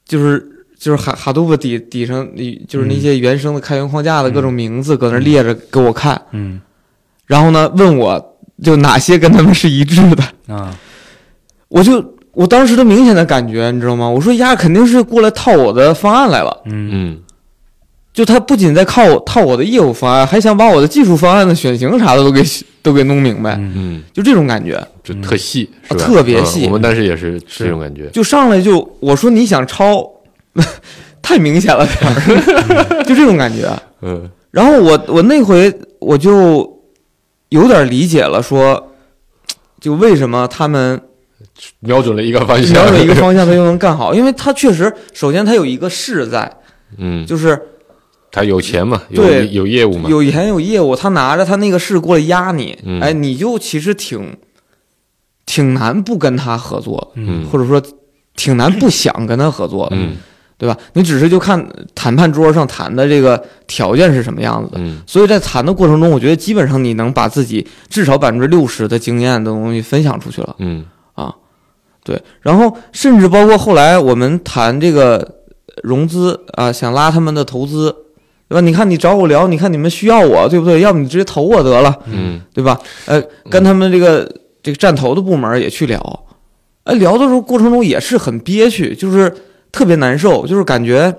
C: 就是就是哈哈杜布底底上，就是那些原生的开源框架的各种名字搁那列着给我看，
D: 嗯
C: 然后呢问我就哪些跟他们是一致的，
D: 啊
C: 我就我当时的明显的感觉，你知道吗？我说呀，肯定是过来套我的方案来了，
D: 嗯
E: 嗯
C: 就他不仅在靠我套我的业务方案，还想把我的技术方案的选型啥的都给都给弄明白，
D: 嗯
E: 嗯，
C: 就这种感觉。
E: 就特细，是
C: 啊
E: 吧？
C: 特别细
E: 嗯我们当时也是
D: 是
E: 这种感觉，
C: 就上来就我说你想抄， 太明显了点儿， 就这种感觉。
E: 嗯
C: 然后我我那回我就有点理解了说，就为什么他们
E: 瞄准了一个方向，
C: 瞄准一个方向他就能干好，因为他确实首先他有一个势在，
E: 嗯，
C: 就是
E: 他有钱嘛，有
C: 对
E: 有业务嘛，
C: 有钱有业务，他拿着他那个势过来压你，
E: 嗯
C: 哎，你就其实挺挺难不跟他合作的，
E: 嗯
C: 或者说挺难不想跟他合作的。
E: 嗯
C: 对吧？你只是就看谈判桌上谈的这个条件是什么样子的。
E: 嗯
C: 所以在谈的过程中，我觉得基本上你能把自己至少百分之六十的经验的东西分享出去了，
E: 嗯
C: 对。然后甚至包括后来我们谈这个融资啊，想拉他们的投资，对吧？你看你找我聊，你看你们需要我，对不对？要不你直接投我得了，
E: 嗯
C: 对吧？呃，跟他们这个这个站头的部门也去聊，哎，聊的时候过程中也是很憋屈，就是特别难受，就是感觉。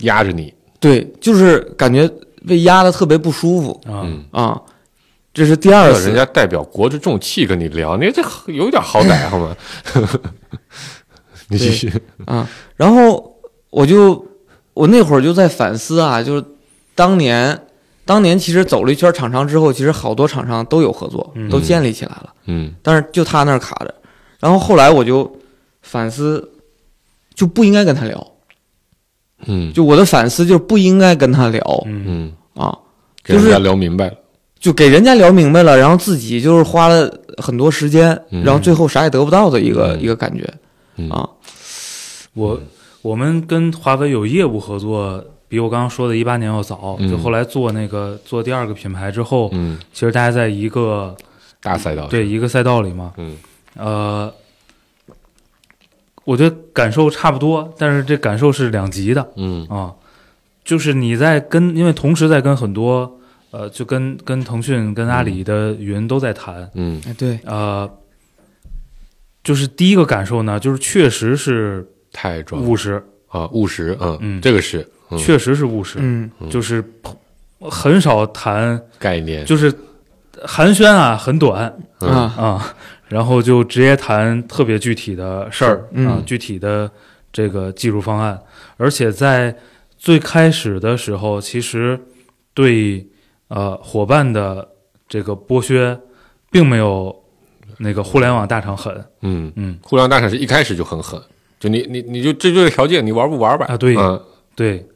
E: 压着你，
C: 对，就是感觉被压得特别不舒服
D: 啊
E: 嗯，
C: 啊。这是第二
E: 让人
C: 次，
E: 家代表国之重器跟你聊，你这有点好歹好吗？ 你继续，
C: 然后我就我那会儿就在反思啊，就是当年当年其实走了一圈厂商之后，其实好多厂商都有合作，
D: 嗯
C: 都建立起来了，
E: 嗯
C: 但是就他那儿卡着。然后后来我就反思，就不应该跟他聊，
E: 嗯
C: 就我的反思就是不应该跟他聊
D: 嗯
E: 嗯，
C: 啊，
E: 给
C: 就是
E: 人家聊明白了，
C: 就给人家聊明白了，然后自己就是花了很多时间，
E: 嗯
C: 然后最后啥也得不到的一个、
E: 嗯
C: 一个感觉
E: 嗯
C: 啊。
D: 我我们跟华为有业务合作，比我刚刚说的一八年要早。
E: 嗯
D: 就后来做那个做第二个品牌之
C: 哦
D: 后，
E: 嗯，
D: 其实大家在一个
E: 大赛道，
D: 对一个赛道里嘛，
E: 嗯
D: 呃，我觉得感受差不多，但是这感受是两极的
E: 嗯
D: 啊，就是你在跟，因为同时在跟很多呃，就跟跟腾讯、跟阿里的云都在谈，
E: 嗯
C: 哎，对，
D: 呃，就是第一个感受呢，就是确实是
E: 太壮了
D: 务实，
E: 啊，务实，嗯，
D: 嗯
E: 这个是嗯
D: 确实是务实，
C: 嗯
D: 就是很少谈，
E: 概念，
D: 就是寒暄啊，很短
E: 嗯
C: 啊，
D: 啊，然后就直接谈特别具体的事儿、
C: 嗯
D: 啊，具体的这个技术方案，而且在最开始的时候，其实对呃伙伴的这个剥削，并没有那个互联网大厂狠，
E: 嗯，
D: 嗯，
E: 互联网大厂是一开始就很狠，就你你你就这就是条件，你玩不玩吧？
D: 啊对
E: 嗯
D: 对，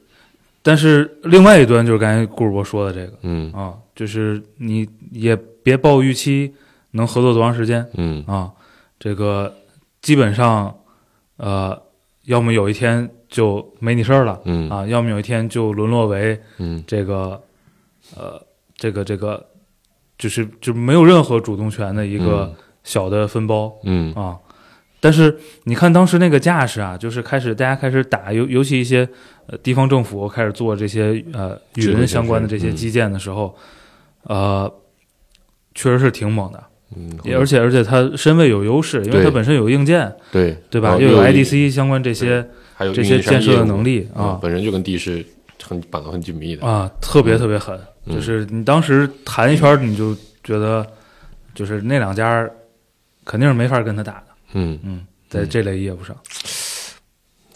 D: 但是另外一端就是刚才顾主播说的这个
E: 嗯
D: 啊，就是你也别抱预期能合作多长时间
E: 嗯
D: 啊，这个基本上呃，要么有一天就没你事儿了
E: 嗯
D: 啊，要么有一天就沦落为
E: 嗯
D: 这个呃，这个这个就是就没有任何主动权的一个小的分包。
E: 嗯
D: 啊。但是你看当时那个架势啊，就是开始大家开始打，尤尤其一些呃地方政府开始做这些呃与
E: 智慧
D: 人
E: 城
D: 相关的
E: 市
D: 这些
E: 嗯
D: 基建的时候，呃，确实是挺猛的，
E: 嗯
D: 也而且而且它身位有优势，因为
E: 对
D: 它本身有硬件，
E: 对
D: 对吧？
E: 然后
D: 又有
E: 又
D: IDC 相关这些
E: 还有
D: 这
E: 运
D: 些
E: 营商
D: 建设
E: 业
D: 的
E: 务
D: 能力啊
E: 嗯本身就跟地势很绑得很紧密的。
D: 啊，特别
E: 嗯
D: 特别狠，
E: 嗯
D: 就是你当时谈一圈儿，你就觉得就是那两家儿肯定是没法跟他打的，
E: 嗯，
D: 嗯，在这类业务上，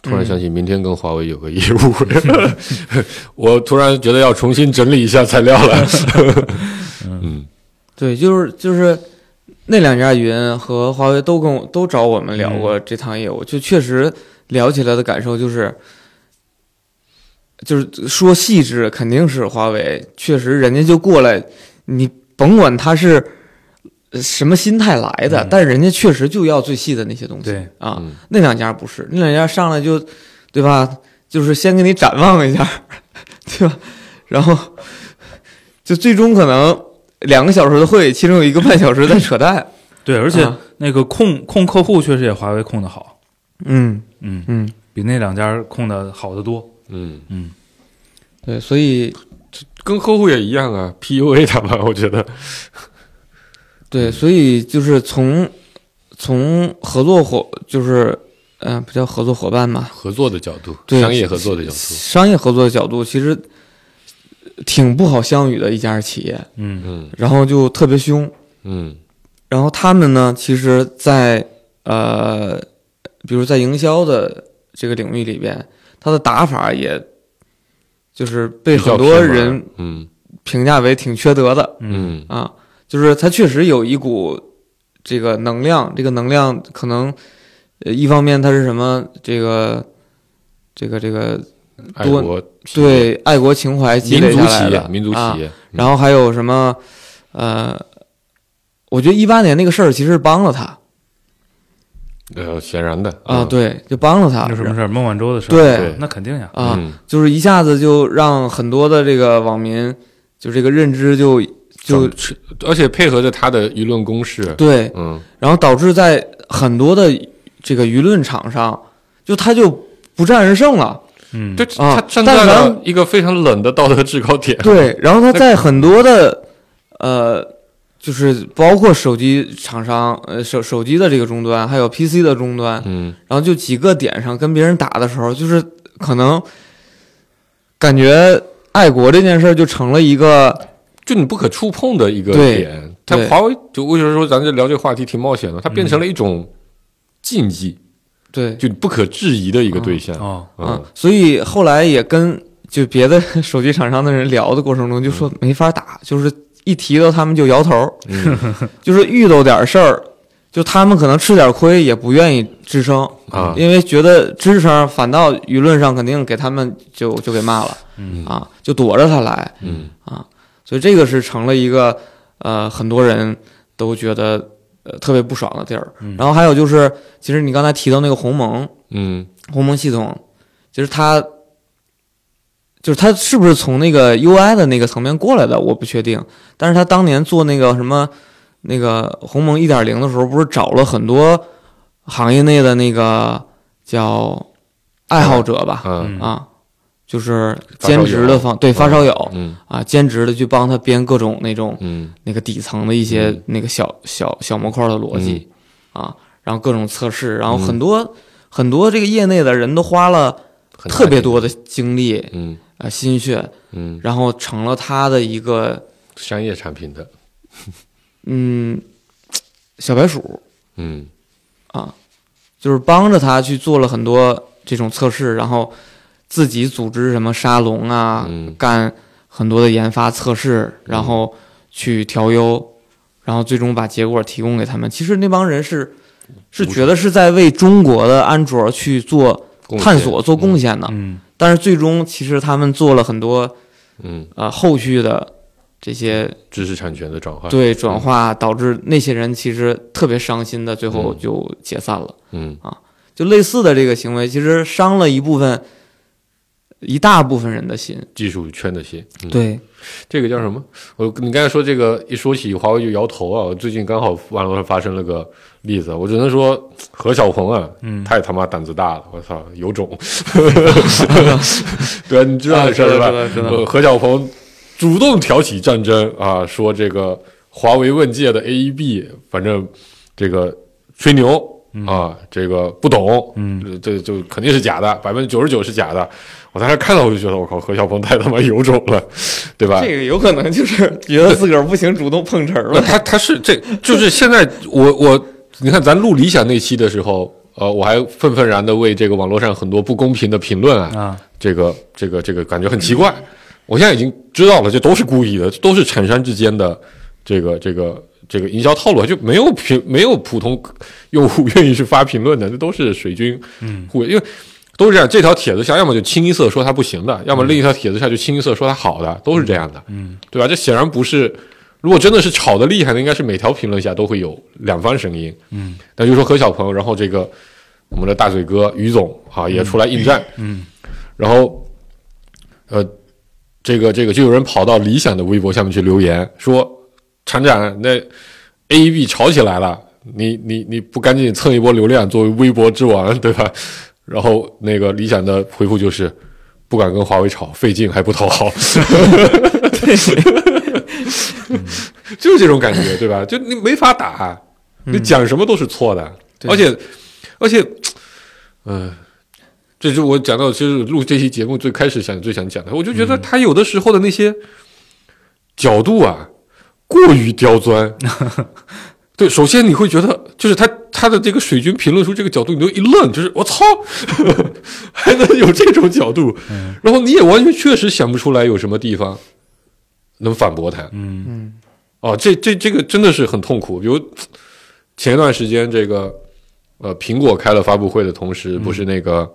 E: 突然想起明天跟华为有个业务， 我突然觉得要重新整理一下材料 了。嗯
C: 对，就是就是那两家云和华为都跟我都找我们聊
D: 嗯
C: 过这趟业务，就确实聊起来的感受就是，就是说细致肯定是华为，确实人家就过来，你甭管他是呃什么心态来的，
D: 嗯
C: 但是人家确实就要最细的那些东西
D: 对，
C: 啊。
E: 嗯
C: 那两家不是，那两家上来就，对吧？就是先给你展望一下， 对吧？然后就最终可能两个小时的会，其中有一个半小时在扯淡，
D: 对，而且
E: 嗯
C: 啊
D: 那个控控客户确实也华为控的好，
C: 嗯
D: 嗯，
C: 嗯，
D: 比那两家控的好得多，
E: 嗯，
D: 嗯，
C: 对，所以
E: 跟客户也一样啊，PUA 他们，我觉得。
C: 对，所以就是从从合作伙，就是嗯、呃不叫合作伙伴吧，
E: 合作的角度，
C: 对
E: 商业合作的角度，
C: 商业合作的角度，其实挺不好相与的一家企业，
D: 嗯
E: 嗯
C: 然后就特别凶，
E: 嗯
C: 然后他们呢，其实在，呃，比如在营销的这个领域里边，他的打法也，就是被
E: 比
C: 很
E: 较
C: 多
E: 偏门
C: 人
E: 嗯
C: 评价为挺缺德的
D: 嗯
E: 嗯
C: 啊，就是他确实有一股这个能量，这个能量可能，呃，一方面他是什么这个。这个这个
E: 爱
C: 多
E: 国
C: 对爱国情怀积
E: 民
C: 累
E: 族
C: 下
E: 企
C: 来
E: 业
C: 的，
E: 民族
C: 啊
E: 企业，嗯
C: 然后还有什么，呃，我觉得一八年那个事儿其实帮了他，
E: 呃显然的
C: 啊，，对，就帮了他
D: 嗯那，什么事儿？孟晚舟的事儿，
C: 对
E: 嗯对
D: 那肯定呀，
C: 啊，
E: 嗯
C: 就是一下子就让很多的这个网民就这个认知就就
E: 而且配合着他的舆论攻势，
C: 对，
E: 嗯
C: 然后导致在很多的这个舆论场上，就他就不战而胜 了，
D: 嗯，
E: 对，
C: 啊
E: 他站
C: 但
E: 在
C: 凡
E: 了一个非常冷的道德制高 点。
C: 对，然后他在很多的呃。就是包括手机厂商，呃，手手机的这个终端，还有 PC 的终端，
E: 嗯
C: 然后就几个点上跟别人打的时候，就是可能感觉爱国这件事儿就成了一个，
E: 就你不可触碰的一个
C: 对
E: 点。它
C: 对嗯
E: 华为就为什么说咱这聊这个话题挺冒险的？它变成了一种禁忌，
C: 对，
E: 就你不可置疑的一个对象。
D: 哦，
C: 嗯
E: 嗯，，
C: 所以后来也跟就别的 手机厂商的人聊的过程中，就说没法打，就是一提到他们就摇头，
E: 嗯
C: 就是遇到点事儿，就他们可能吃点亏也不愿意吱声
E: 啊
C: 因为觉得吱声反倒舆论上肯定给他们就就给骂了
D: 嗯
C: 啊，就躲着他来，
E: 嗯
C: 啊，所以这个是成了一个呃很多人都觉得呃特别不爽的地儿。
D: 嗯
C: 然后还有就是，其实你刚才提到那个鸿蒙
E: 嗯
C: 鸿蒙系统，其实它就是它是不是从那个 UI 的那个层面过来的，我不确定。但是它当年做那个什么那个鸿蒙一点零的时候，不是找了很多行业内的那个叫爱好者吧，
E: 啊
D: 嗯
C: 啊，就是
E: 发烧
C: 兼
E: 友
C: 职的方对发烧友。
E: 嗯
C: 啊，兼职的去帮他编各种那种
E: 嗯
C: 那个底层的一些、
E: 嗯
C: 那个小小小模块的逻辑、啊，然后各种测试，
E: 嗯
C: 然后很多、很多这个业内的人都花了
E: 很
C: 特别多的精力啊、
E: 嗯
C: 呃心血，
E: 嗯
C: 然后成了他的一个
E: 商业产品的
C: 嗯小白鼠
E: 嗯
C: 啊，就是帮着他去做了很多这种测试，然后自己组织什么沙龙啊，
E: 嗯
C: 干很多的研发测试，然后去调优，然后最终把结果提供给他们。其实那帮人是是觉得是在为中国的安卓去做
E: 贡献
C: 探索、做贡献的，
D: 嗯
C: 但是最终其实他们做了很多
E: 嗯，
C: 呃后续的这些
E: 知识产权的转换，，
C: 对转化，导致那些人其实特别伤心的，最后
E: 嗯
C: 就解散了。
E: 嗯
C: 就类似的这个行为，其实伤了一部分一大部分人的心。
E: 技术圈的些，嗯、
C: 对，
E: 这个叫什么？我你刚才说这个一说起华为就摇头啊，我最近刚好网络上发生了个例子，啊我只能说何小鹏啊，
D: 嗯
E: 太他妈胆子大了，我操，有种！对啊，你知道这事儿吧？
C: 知
E: 呃何小鹏主动挑起战争啊，说这个华为问界的 AEB，反正这个吹牛啊，这个不懂，
D: 嗯，
E: 呃这就肯定是假的，百分之九十九是假的。我当时看到我就觉得，我靠，何小鹏太他妈有种了，对吧？
C: 这个有可能 就是觉得自个儿不行，主动碰瓷儿
E: 那
C: 了。
E: 他他是这就是现在我我你看咱录理想那期的时候，呃，我还愤愤然的为这个网络上很多不公平的评论啊，
D: 啊，
E: 这个这个这个感觉很奇怪。我现在已经知道了，这都是故意的，都是厂商之间的这个这个这个营销套路，就没有评没有普通用户愿意去发评论的，这都是水军
D: 嗯
E: 互，因为都是这样。这条帖子下，要么就清一色说它不行的，要么另一条帖子下就清一色说它好的，都是这样的，
D: 嗯，
E: 对吧？这显然不是。如果真的是吵得厉害的，应该是每条评论下都会有两方声音。
D: 嗯，
E: 那就说何小鹏，然后这个我们的大嘴哥于总啊也出来应战，
D: 嗯
E: 然后，呃，这个这个就有人跑到理想的微博下面去留言说：“厂长，那 A E B 吵起来了，你你你不赶紧蹭一波流量作为微博之王，对吧？”然后那个理想的回复就是：“不敢跟华为吵，费劲还不讨好。”就是这种感觉，对吧？就你没法打，你讲什么都是错的，
C: 对
E: 而且而且，嗯、这是我讲到就是录这期节目最开始想最想讲的，我就觉得他有的时候的那些角度啊，过于刁钻。对，首先你会觉得，就是他他的这个水军评论出这个角度，你都一愣，就是我操， 还能有这种角度，然后你也完全确实想不出来有什么地方能反驳他。
D: 嗯
C: 嗯，
E: 哦，这这这个真的是很痛苦。比如前一段时间，这个呃，苹果开了发布会的同时，不是那个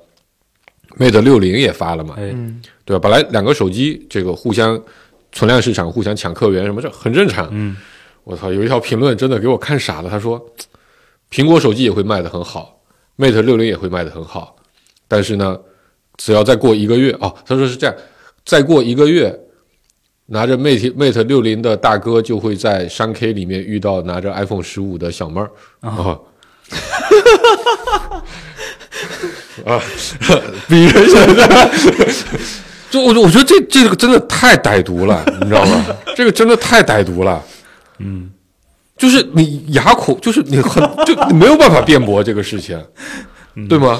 E: Mate 六零也发了嘛，
D: 哎，
C: 嗯，
E: 对吧？本来两个手机这个互相存量市场互相抢客源什么，这很正常。
D: 嗯
E: 我操，有一条评论真的给我看傻了，他说苹果手机也会卖得很好，Mate 六零也会卖得很好，但是呢，只要再过一个月哦，他说是这样，再过一个月。拿着 Mate Mate 六零的大哥就会在商 K 里面遇到拿着 iPhone 十五的小妹儿啊， 啊， 鄙人现在，就我我觉得这这个真的太歹毒了，你知道吗？这个真的太歹毒了。
D: 嗯，
E: 就是你哑口，就是你很就你没有办法辩驳这个事情，
D: 嗯
E: 对吗？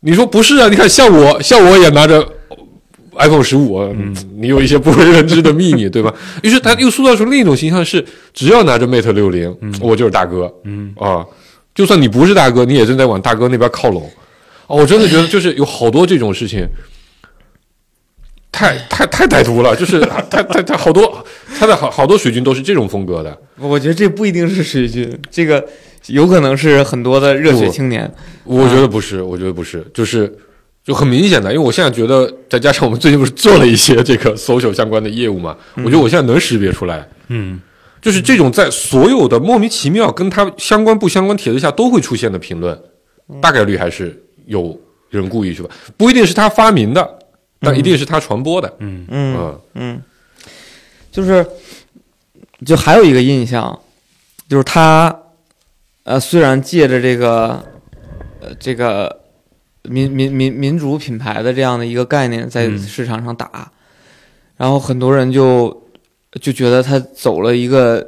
E: 你说不是啊？你看像我，像我也拿着 iPhone 十五、嗯，你有一些不为人知的秘密，对吧？于是他又塑造出另一种形象是，只要拿着 Mate 六零、我就是大哥，
D: 嗯
E: 啊，就算你不是大哥，你也正在往大哥那边靠拢。哦，我真的觉得就是有好多这种事情，太太太歹毒了，就是啊他他他他好多他的好好多水军都是这种风格的。
C: 我觉得这 不一定是水军，这个有可能是很多的热血青年。
E: 我觉得不是，我觉得不是，就是就很明显的，因为我现在觉得，再加上我们最近不是做了一些这个 social 相关的业务嘛，我觉得我现在能识别出来，
D: 嗯
E: 就是这种在所有的莫名其妙跟他相关不相关帖子下都会出现的评论，大概率还是有人故意去吧，不一定是他发明的，但一定是他传播的，
D: 嗯
C: 嗯
E: 嗯
C: 嗯，就是，就还有一个印象，就是他，呃，虽然借着这个，呃，这个民民民民主品牌的这样的一个概念在
D: 嗯
C: 市场上打，然后很多人就就觉得他走了一个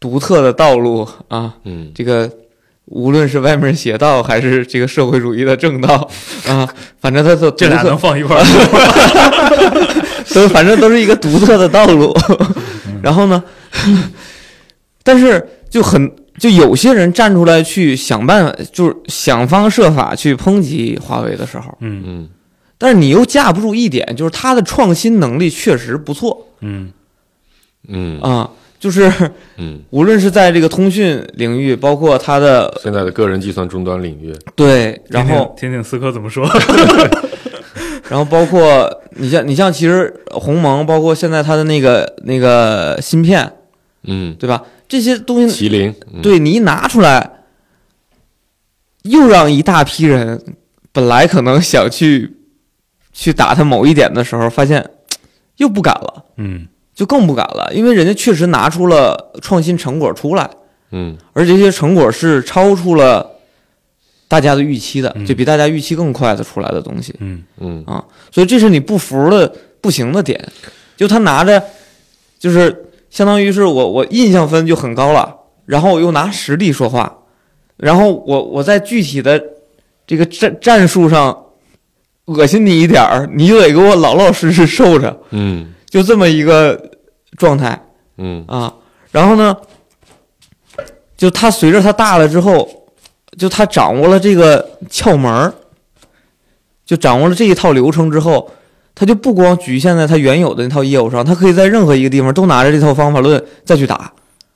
C: 独特的道路啊，
E: 嗯
C: 这个无论是外面邪道还是这个社会主义的正 道啊，反正他的
D: 这俩
C: 独特
D: 能放一块 儿吗？
C: 都反正都是一个独特的道 路。然后呢， 但是就很就有些人站出来去想办法，就是想方设法去抨击华为的时候，
D: 嗯
E: 嗯
C: 但是你又架不住一点，就是它的创新能力确实不错
D: 嗯
E: 嗯
C: 啊、就是
E: 嗯，
C: 无论是在这个通讯领域，包括它的
E: 现在的个人计算终端领域，
C: 对，然后
D: 听听听听思科怎么说？
C: 然后包括你像你像其实鸿蒙，包括现在它的那个那个芯片，
E: 嗯，
C: 对吧？这些东西
E: 麒麟，嗯，
C: 对你一拿出来，又让一大批人本来可能想去去打它某一点的时候，发现又不敢了，
D: 嗯
C: 就更不敢了，因为人家确实拿出了创新成果出来，
E: 嗯
C: 而这些成果是超出了大家的预期的，
D: 嗯
C: 就比大家预期更快的出来的东西，
D: 嗯
E: 嗯
C: 所以这是你不服的不行的点，就他拿着就是相当于是我我印象分就很高了，然后我又拿实力说话，然后我我在具体的这个战战术上恶心你一点儿，你就得给我老老实实受着，
E: 嗯
C: 就这么一个状态。
E: 嗯
C: 啊，然后呢，就他随着他大了之后，就他掌握了这个窍门儿，就掌握了这一套流程之后，他就不光局限在他原有的那套业务上，他可以在任何一个地方都拿着这套方法论再去打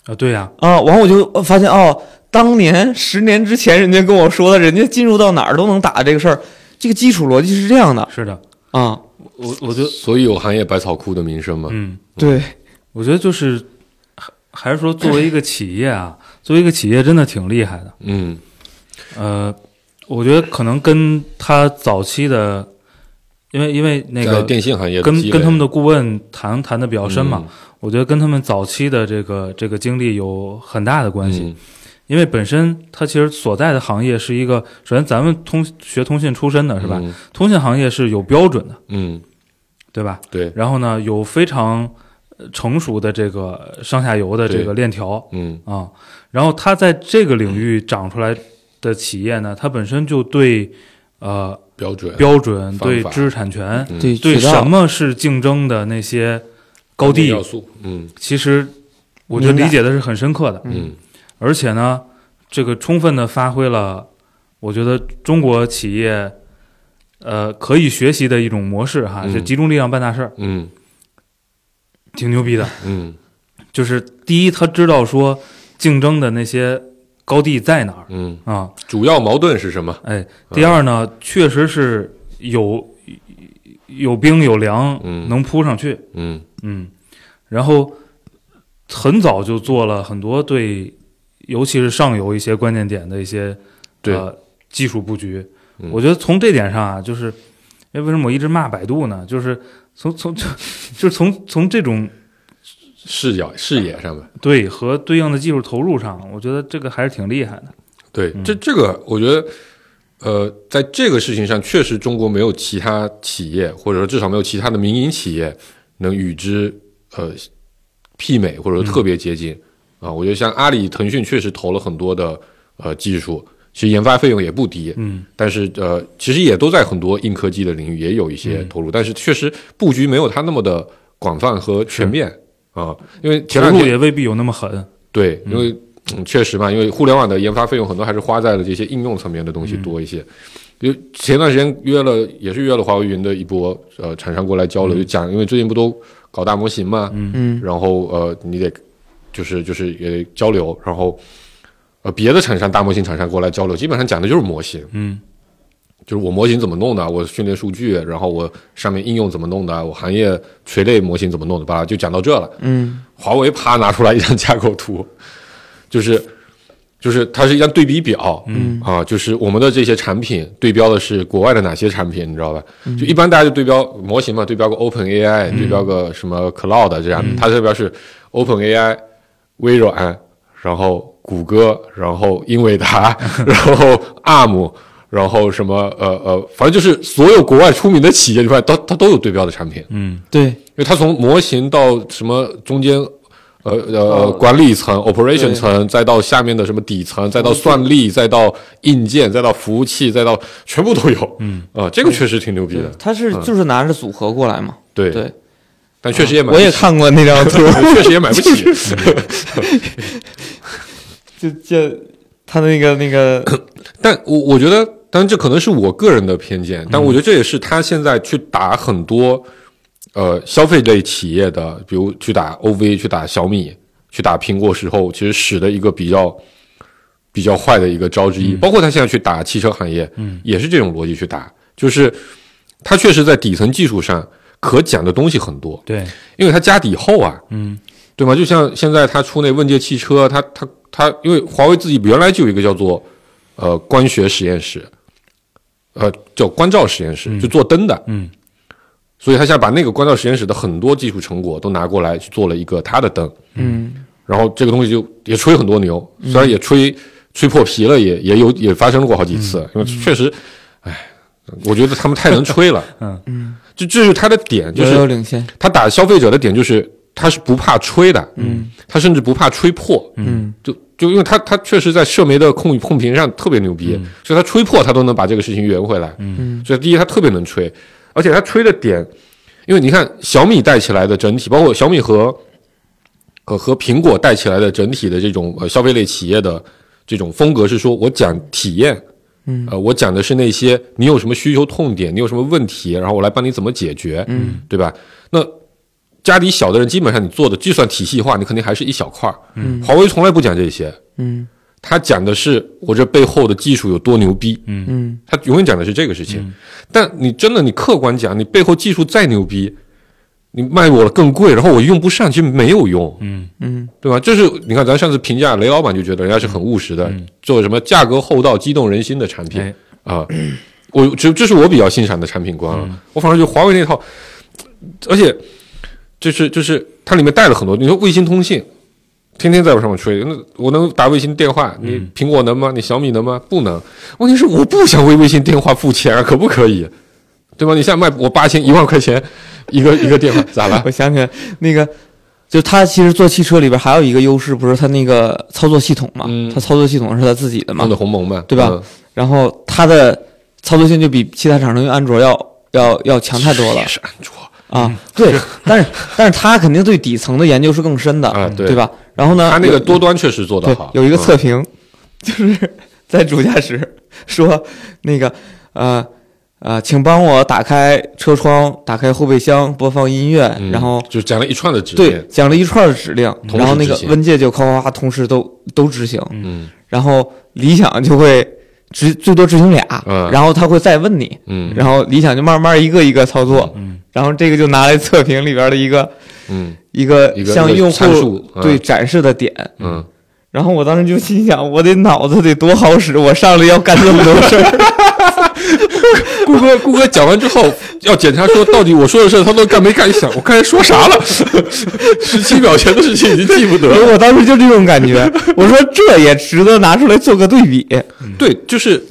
D: 啊，对呀、
C: 啊。完我就发现哦，当年十年之前人家跟我说的，人家进入到哪儿都能打这个事儿，这个基础逻辑是这样的
D: 是的，
C: 啊。
D: 我我觉得，
E: 所以有行业百草枯的名声嘛，
D: 嗯，
C: 对，
D: 我觉得就是还还是说，作为一个企业啊，作为一个企业真的挺厉害的。
E: 嗯
D: 呃，我觉得可能跟他早期的，因为因为那
E: 在
D: 个
E: 电信行业的积
D: 跟
E: 累
D: 跟他们的顾问谈谈的比较深嘛，
E: 嗯
D: 我觉得跟他们早期的这个这个经历有很大的关系。
E: 嗯
D: 因为本身它其实所在的行业是一个，首先咱们通学通信出身的是吧？
E: 嗯
D: 通信行业是有标准的，
E: 嗯，
D: 对吧？
E: 对，
D: 然后呢，有非常呃成熟的这个上下游的这个
E: 对
D: 链条
E: 嗯
D: 啊。然后它在这个领域长出来的企业呢，它本身就对呃
E: 标准，
D: 标准、
E: 方
D: 对
E: 法
D: 知识产权、
E: 嗯
C: 对
D: 对
C: 渠道
D: 什么是竞争的那些高
E: 关键
D: 地，
E: 要素，嗯
D: 其实我觉得
C: 明白
D: 理解的是很深刻的。
E: 嗯
D: 而且呢，这个充分的发挥了，我觉得中国企业，呃，可以学习的一种模式哈，
E: 嗯
D: 是集中力量办大事儿，
E: 嗯
D: 挺牛逼的。
E: 嗯
D: 就是第一，他知道说竞争的那些高地在哪儿
E: 嗯，
D: 啊，
E: 主要矛盾是什么？
D: 哎，第二呢，确实是有有兵有粮，
E: 嗯
D: 能扑上去，
E: 嗯
D: 嗯，然后很早就做了很多对，尤其是上游一些关键点的一些
E: 对
D: 呃、技术布局。
E: 嗯
D: 我觉得从这点上啊，就是哎，为什么我一直骂百度呢？就是从从就就是从从这种
E: 视角视野上面，
D: 对和对应的技术投入上，我觉得这个还是挺厉害的。
E: 对，
D: 嗯
E: 这这个我觉得，呃，在这个事情上，确实中国没有其他企业，或者说至少没有其他的民营企业能与之呃媲美，或者说
D: 嗯
E: 特别接近、啊。我觉得像阿里、腾讯确实投了很多的呃技术，其实研发费用也不低，
D: 嗯
E: 但是呃，其实也都在很多硬科技的领域也有一
D: 嗯
E: 些投入，但是确实布局没有它那么的广泛和全面啊、因为前
D: 投
E: 两
D: 入
E: 天
D: 也未必有那么狠。
E: 对，因为嗯确实嘛，因为互联网的研发费用很多还是花在了这些应用层面的东西多一些。因为前段时间约了，也是约了华为云的一波呃厂商过来交流，就讲，因为最近不都搞大模型嘛，
C: 嗯
E: 然后呃你得就是就是也得交流，然后呃别的厂商大模型厂商过来交流，基本上讲的就是模型，
D: 嗯
E: 就是我模型怎么弄的，我训练数据，然后我上面应用怎么弄的，我行业垂类模型怎么弄的，吧，就讲到这了。
C: 嗯，
E: 华为啪拿出来一张架构图，就是就是它是一张对比表，嗯啊，就是我们的这些产品对标的是国外的哪些产品，你知道吧？就一般大家就对标模型嘛，对标个 Open AI，、对标个什么 Cloud 啊这样的，它这边是 Open AI、微软，然后谷歌，然后英伟达，然后 ARM。然后什么呃呃，反正就是所有国外出名的企业，你发现都它都有对标的产品，
D: 嗯
C: 对，
E: 因为它从模型到什么中间，呃呃，管理层 operation 层，再到下面的什么底层，再到算力，再到硬件，再到服务器，再到全部都有。嗯啊、这个确实挺牛逼的，
C: 他是就是拿着组合过来嘛。
E: 对。
C: 嗯对，
E: 但确实也买不
C: 我
E: 起，
C: 也看过那 张图。
E: 确实也买不起。
C: 就就他那个那个，
E: 但我我觉得，当然这可能是我个人的偏见，但我觉得这也是他现在去打很多呃消费类企业的，比如去打 OV、去打小米、去打苹果时候，其实使的一个比较比较坏的一个招之一。包括他现在去打汽车行业，嗯，也是这种逻辑去打，就是它确实在底层技术上可讲的东西很多，
D: 对，
E: 因为它家底厚啊，
D: 嗯
E: 对吗？就像现在它出那问界汽车，它它它，因为华为自己原来就有一个叫做呃光学实验室，呃叫光照实验室，
D: 嗯
E: 就做灯的，
D: 嗯
E: 所以他现在把那个光照实验室的很多技术成果都拿过来去做了一个他的灯，
C: 嗯
E: 然后这个东西就也吹很多牛，虽然也吹吹破皮了，也也有也发生过好几次，因为确实，哎，我觉得他们太能吹了，
D: 嗯
C: 嗯，
E: 就这是他的点，就
C: 遥遥
E: 是
C: 领先，
E: 他打消费者的点就是他是不怕吹的，
C: 嗯
E: 他甚至不怕吹破，
C: 嗯
E: 就就因为他他确实在社媒的控控评上特别牛逼，所以他吹破他都能把这个事情圆回来。
C: 嗯，
E: 所以第一他特别能吹，而且他吹的点，因为你看小米带起来的整体，包括小米和和和苹果带起来的整体的这种呃消费类企业的这种风格是说我讲体验。
C: 嗯，
E: 呃，我讲的是那些你有什么需求痛点，你有什么问题，然后我来帮你怎么解决，
C: 嗯，
E: 对吧？那家里小的人，基本上你做的就算体系化，你肯定还是一小块儿。
C: 嗯
E: 华为从来不讲这些，
C: 嗯
E: 他讲的是我这背后的技术有多牛逼，
D: 嗯
C: 嗯
E: 他永远讲的是这个事情。但你真的，你客观讲，你背后技术再牛逼，你卖我更贵，然后我用不上，其实没有用，
D: 嗯
C: 嗯
E: 对吧？这是你看，咱上次评价雷老板就觉得人家是很务实的，
D: 嗯
E: 做什么价格厚道、激动人心的产品
D: 哎
E: 啊。我这这是我比较欣赏的产品观了，
D: 嗯
E: 我反而觉得华为那套，而且就是就是它里面带了很多，你说卫星通信。天天在我上面吹，那我能打卫星电话？你
D: 嗯
E: 苹果能吗？你小米能吗？不能。问题是我不想为卫星电话付钱啊，可不可以？对吧？你现在卖我八千一万块钱一个一个电话，咋了
C: 我？想起来那个，就他其实做汽车里边还有一个优势，不是他那个操作系统嘛？
E: 嗯
C: 他操作系统是他自己的嘛
E: 弄的？鸿蒙嘛，
C: 对吧
E: 嗯
C: 然后它的操作性就比其他厂商用安卓要要要强太多了
E: 也是嗯安卓
C: 啊！对，但是但是它肯定对底层的研究是更深的，
E: 啊，对
C: 对？吧？然后呢，
E: 他那
C: 有
E: 个多端确实做得
C: 对
E: 好，
C: 有一个
E: 嗯
C: 测评， 就是在主驾驶说那个呃呃，请帮我打开车窗，打开后备箱，播放音乐，
E: 嗯
C: 然后
E: 就讲了一串的指
C: 对
E: 令，
C: 讲了一串儿指令，
E: 同
C: 然后
E: 时
C: 那
E: 执
C: 个
E: 行
C: 温界就夸夸夸同时都都执行，
E: 嗯
C: 然后理想就会执最多执行俩，
E: 嗯
C: 然后他会再问你，
E: 嗯
C: 然后理想就慢慢一个一个操作，
D: 嗯
C: 然后这个就拿来测评里边的一个
E: 嗯
C: 一个
E: 一个
C: 向
E: 一个
C: 用
E: 参
C: 户
E: 数嗯
C: 对展示的点。
E: 嗯，
C: 然后我当时就心想，我得脑子得多好使，我上来要干这么多 事儿。
E: 顾哥顾哥讲完之后 要检查说到底我说的事儿他都干没干，一想我刚才说啥了， 十七秒前的事情已经记不得了。
C: 我当时就这种感觉，我说这也值得拿出来做个对比。
E: 对，就是，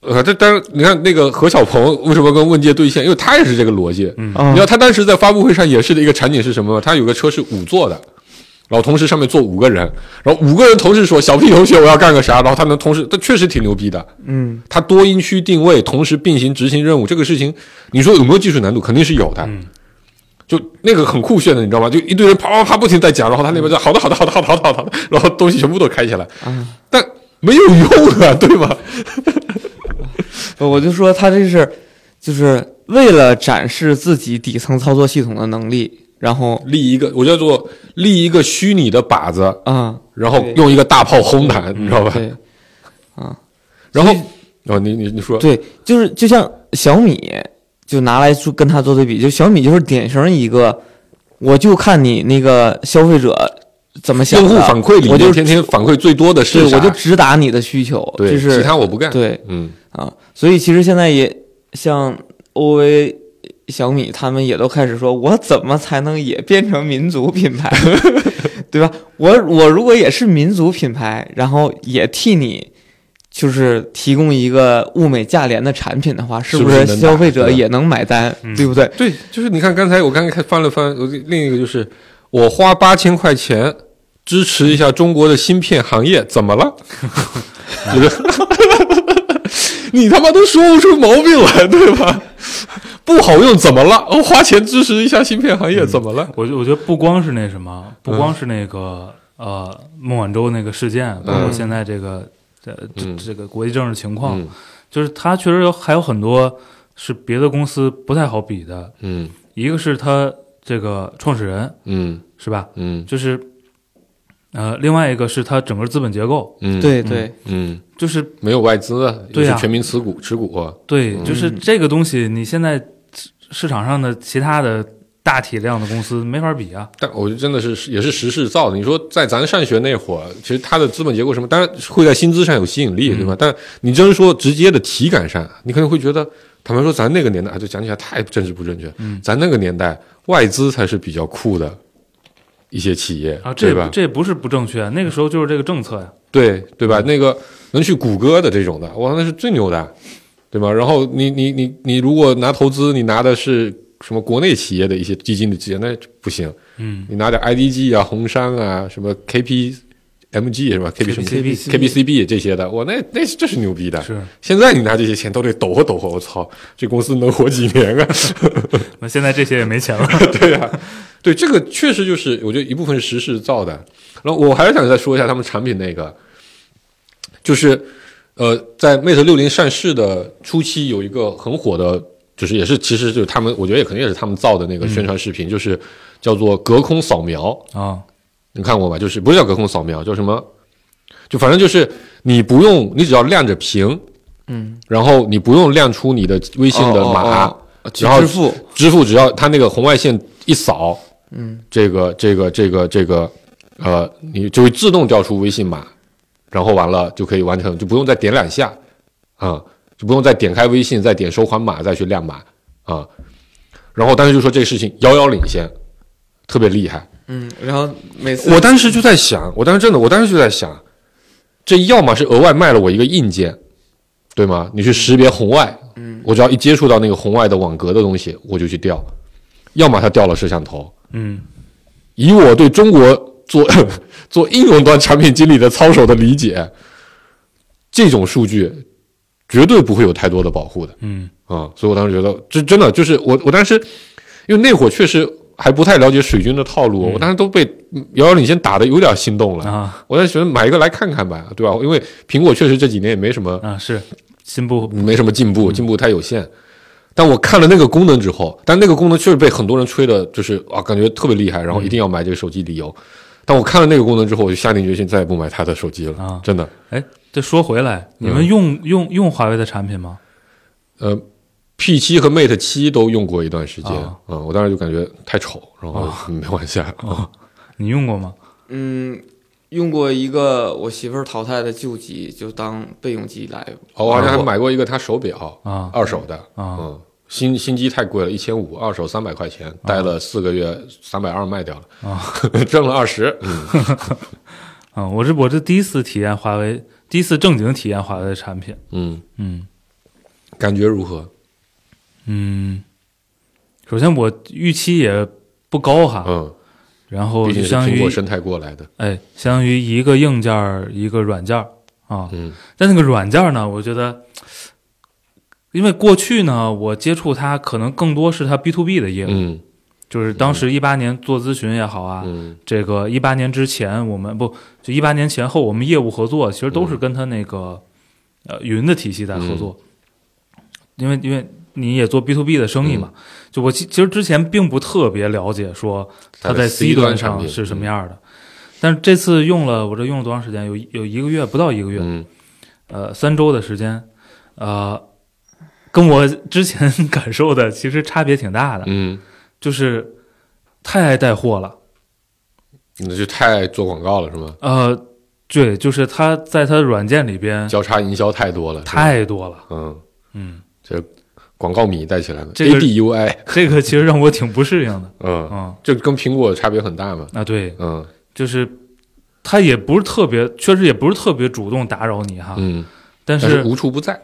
E: 呃，这当然，你看那个何小鹏为什么跟问界对线，因为他也是这个逻辑。嗯
C: 嗯
E: 你知道他当时在发布会上演示的一个场景是什么吗？他有个车是五座的。然后同时上面坐五个人，然后五个人同时说：“小屁同学，我要干个啥？”然后他能同时，他确实挺牛逼的。
C: 嗯
E: 他多音区定位，同时并行执行任务，这个事情，你说有没有技术难度？肯定是有的。
D: 嗯
E: 就那个很酷炫的，你知道吗？就一堆人啪啪啪不停地在讲，然后他那边就好的好的好的好的好的好的，然后东西全部都开起来，
C: 啊，
E: 但没有用啊，对吧？
C: 我就说他这是就是为了展示自己底层操作系统的能力，然后
E: 立一个，我叫做立一个虚拟的靶子，
C: 啊，
E: 然后
C: 对
E: 用一个大炮轰弹，你知道吧？
C: 对。
E: 然后哦，你你你说，
C: 对，就是就像小米，就拿来做跟它做对比，就小米就是典型一个，我就看你那个消费者怎么想
E: 用
C: 的，
E: 户反馈里
C: 我
E: 面
C: 就
E: 天天反馈最多的
C: 对
E: 是啥？
C: 我就直达你的需求，
E: 对
C: 就
E: 其
C: 是
E: 他我不干。，
C: 对
E: 嗯，
C: 啊，所以其实现在也像 OV。小米他们也都开始说，我怎么才能也变成民族品牌， 对吧？我我如果也是民族品牌，然后也替你就是提供一个物美价廉的产品的话，是不
E: 是
C: 是
E: 能
C: 消费
E: 打
C: 者
E: 对吧嗯
C: 也能买单，对不对？
E: 对，就是你看刚才我刚才看翻了翻，我另一个就是我花八千块钱支持一下中国的芯片行业，怎么 了？就是 你他妈都说不出毛病来，对吧？不好用怎么了？我花钱支持一下芯片行业怎么了？
D: 我觉我觉得不光是那什么，不
E: 嗯
D: 光是那个、呃孟晚舟那个事件，包括现在这个、这这
E: 嗯
D: 这个国际政治情况，
E: 嗯
D: 就是它确实有还有很多是别的公司不太好比的。
E: 嗯
D: 一个是它这个创始人
E: 嗯
D: 是吧？
E: 嗯
D: 就是呃，另外一个是它整个资本结构，
E: 嗯，
C: 对对，
E: 嗯，
D: 就是
E: 没有外资啊，
D: 对啊
E: 也是全民持股持股啊，
D: 对，就是这个东西，你现在市场上的其他的大体量的公司没法比啊。
E: 但我觉得真的是也是时势造的。你说在咱上学那会儿，其实它的资本结构什么，当然会在薪资上有吸引力，对
D: 嗯
E: 吧？但你真说直接的体感上，你可能会觉得，坦白说，咱那个年代啊，就讲起来太政治不正确。嗯，咱那个年代外资才是比较酷的一些企业
D: 啊，
E: 对
D: 这
E: 吧？
D: 这不是不正确，那个时候就是这个政策呀。
E: 对对吧？那个能去谷歌的这种的，哇，那是最牛的，对吧？然后你你你你如果拿投资，你拿的是什么国内企业的一些基金的基金，那不行。
D: 嗯，
E: 你拿点 IDG 啊、红杉啊、什么 KPMG 什么 KP 什么
D: KPCB
E: KPCB 这些的，哇，那那这是牛逼的。
D: 是。
E: 现在你拿这些钱都得抖和抖和，我操，这公司能活几年啊？
D: 那现在这些也没 钱了。
E: 对啊，对，这个确实就是我觉得一部分时势造的。然后我还是想再说一下他们产品那个，就是呃，在 Mate 六零上市的初期有一个很火的，就是也是其实就是他们，我觉得也肯定也是他们造的那个宣传视频，就是叫做隔空扫描，
D: 啊，
E: 你看过吧？就是不是叫隔空扫描，叫什么？就反正就是你不用，你只要亮着屏，
C: 嗯，
E: 然后你不用亮出你的微
C: 微
E: 信的码。嗯哦然后
C: 支付
E: 支付只要它那个红外线一扫，
C: 嗯，
E: 这个这个这个这个，呃，你就会自动调出微信码，然后完了就可以完成，就不用再点两下，啊、就不用再点开微信，再点收款码，再去亮码啊、然后当时就说这个事情遥遥领先，特别厉害。
C: 嗯，然后每次
E: 我当时就在想，我当时真的，我当时就在想，这要么是额外卖了我一个硬件，对吗？你去识别红外，嗯，我只要一接触到那个红外的网格的东西，我就去调；要么他调了摄像头。
D: 嗯，
E: 以我对中国做 做应用端产品经理的操守的理解，这种数据绝对不会有太多的保护的。
D: 嗯，
E: 啊、所以我当时觉得，这真的就是我，我当时因为那会儿确实还不太了解水军的套路，我当时都被遥遥领先打的有点心动了。
D: 嗯啊
E: 我在觉得买一个来看看吧，对吧？因为苹果确实这几年也没什么
D: 啊嗯是新不
E: 没什么进步，进步太有限。但我看了那个功能之后，但那个功能确实被很多人吹的，就是啊，感觉特别厉害，
D: 嗯
E: 然后一定要买这个手机理由。但我看了那个功能之后，我就下定决心再也不买他的手机了，
D: 啊
E: 真的。
D: 哎，这说回来，你们用、用用华为的产品吗？
E: 呃，P 七和 Mate 七都用过一段时间，
D: 啊
E: 嗯，我当时就感觉太丑，然后 没往下。啊
D: 你用过吗？
C: 嗯，用过一个我媳妇儿淘汰的旧机，就当备用机来。
E: 哦，我好像还买过一个他手表，
D: 啊
E: 二手的，
D: 啊
E: 嗯，新新机太贵了，一千五，二手三百块钱，戴了四个月，三百二卖掉了，
D: 啊
E: 挣了二十，嗯
D: 啊，我是我这第一次体验华为，第一次正经体验华为的产品。
E: 嗯，
D: 嗯
E: 感觉如何？
D: 嗯，首先我预期也不高哈，
E: 嗯，
D: 然后
E: 毕
D: 啊就
E: 竟是
D: 相当
E: 苹
D: 于
E: 果生态过来的，
D: 哎，相当于一个硬件儿一个软件儿啊。
E: 嗯
D: 但那个软件儿呢，我觉得，因为过去呢，我接触它可能更多是它 B to B 的业务，
E: 嗯
D: 就是当时一八年做咨询也好啊，
E: 嗯
D: 这个一八年之前我们不就一八年前后我们业务合作其实都
E: 嗯
D: 是跟它那个、呃云的体系在合作，
E: 嗯
D: 因为因为你也做 B to B 的生意嘛，就我其其实之前并不特别了解说它
E: 它的
D: 在
E: C 端
D: 端
E: 产
D: 上
E: 品嗯
D: 是什么样的，但是这次用了我这用了多长时间？有一有一个月不到一个月，
E: 嗯
D: 呃三周的时间，呃，跟我之前 感受的其实差别挺大的，
E: 嗯，
D: 就是太爱带货了。
E: 那就太做广告了是吗？
D: 呃，对，就是它在它的软件里边
E: 交叉营销太多了，是吧
D: 嗯太多了。
E: 嗯，
D: 嗯，
E: 这广告迷带起来了
D: 这个
E: ，ADUI，
D: 这个其实让我挺不适应的。
E: 嗯。
D: 嗯，
E: 这跟苹果差别很大嘛。
D: 啊对，
E: 嗯
D: 就是它也不是特别，确实也不是特别主动打扰你哈，
E: 嗯，
D: 但
E: 但是
D: 是
E: 无处不在。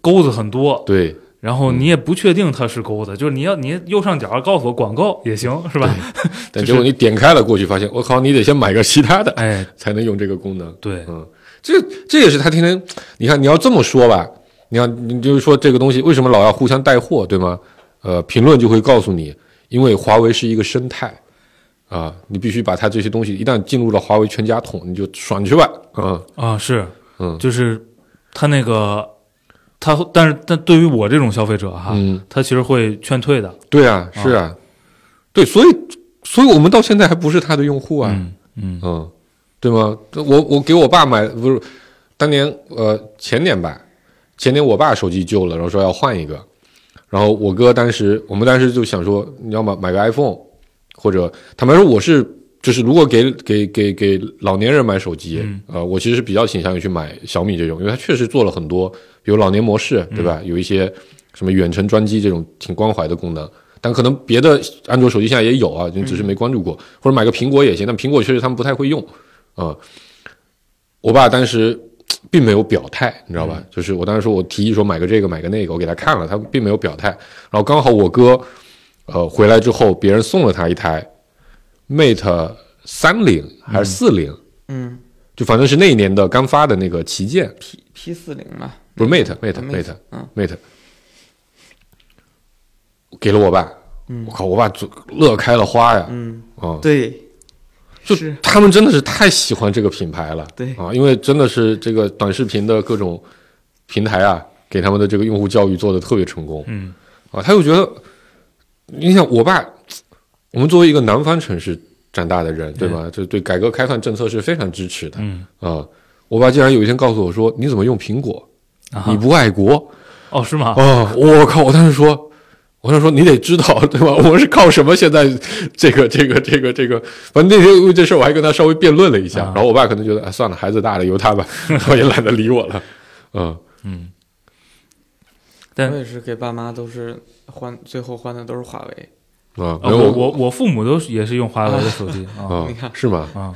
D: 钩子很多，
E: 对，
D: 然后你也不确定它是钩子，就是你要你右上角告诉我广告也行，是吧？
E: 但结果你点开了过去，发现我靠，你得先买个其他的
D: 哎，
E: 才能用这个功能。
D: 对，
E: 嗯，这这也是他天天，你看你要这么说吧，你看你就是说这个东西为什么老要互相带货，对吗？呃，评论就会告诉你，因为华为是一个生态啊、你必须把它这些东西一旦进入了华为全家桶，你就爽去吧。嗯
D: 啊是，
E: 嗯
D: 就是它那个。它，但是，但对于我这种消费者哈，
E: 嗯，
D: 他其实会劝退的。
E: 对啊，是啊，对，所以所以我们到现在还不是他的用户啊。
D: 嗯嗯
E: 嗯，对吗？我我给我爸买不是，当年呃前年吧，前年我爸手机旧了，然后说要换一个，然后我哥当时，我们当时就想说，你要买买个 iPhone，或者坦白说，我是就是如果给给给给老年人买手机，
D: 嗯
E: 呃，我其实是比较倾向于去买小米这种，因为它确实做了很多，比如老年模式，对吧？
D: 嗯
E: 有一些什么远程专机这种挺关怀的功能，但可能别的安卓手机现在也有啊，就只是没关注过，或者买个苹果也行，但苹果确实他们不太会用，啊、我爸当时并没有表态，你知道吧？就是我当时说我提议说买个这个买个那个，我给他看了，他并没有表态。然后刚好我哥，呃，回来之后，别人送了他一台 Mate 三零还是四零、
C: 嗯
E: 就反正是那一年的刚发的那个旗舰，
C: ，P P 四零吧，
E: 不是 Mate Mate
C: Mate，
E: Mate
C: 嗯
E: Mate，给了我爸，我靠，我爸就乐开了花呀，
C: 嗯，
E: 啊、
C: 对，
E: 就是他们真的是太喜欢这个品牌了，
C: 对
E: 啊，因为真的是这个短视频的各种平台啊，给他们的这个用户教育做的特别成功
D: 嗯
E: 啊，他又觉得，你想我爸，我们作为一个南方城市长大的人，对吧？这对改革开放政策是非常支持的
D: 嗯
E: 啊。我爸竟然有一天告诉我说：“你怎么用苹果？
D: 啊
E: 你不爱国？”
D: 哦是吗？
E: 哦，我靠！我当时说，我当时说你得知道， 对吧？我们是靠什么现在这个这个这个这个？反正那天因为这事儿我还跟他稍微辩论了一下，
D: 啊
E: 然后我爸可能觉得，哎，算了，孩子大了，由他吧，然后也懒得理我了。嗯，
D: 嗯，
C: 我
D: 但
C: 也是给爸妈都是换，最后换的都是华为。
E: 啊，
D: 呃
E: 没有
D: 我我我父母都是也是用华为的手机啊
E: 啊
C: 你看，
E: 是吗？
D: 啊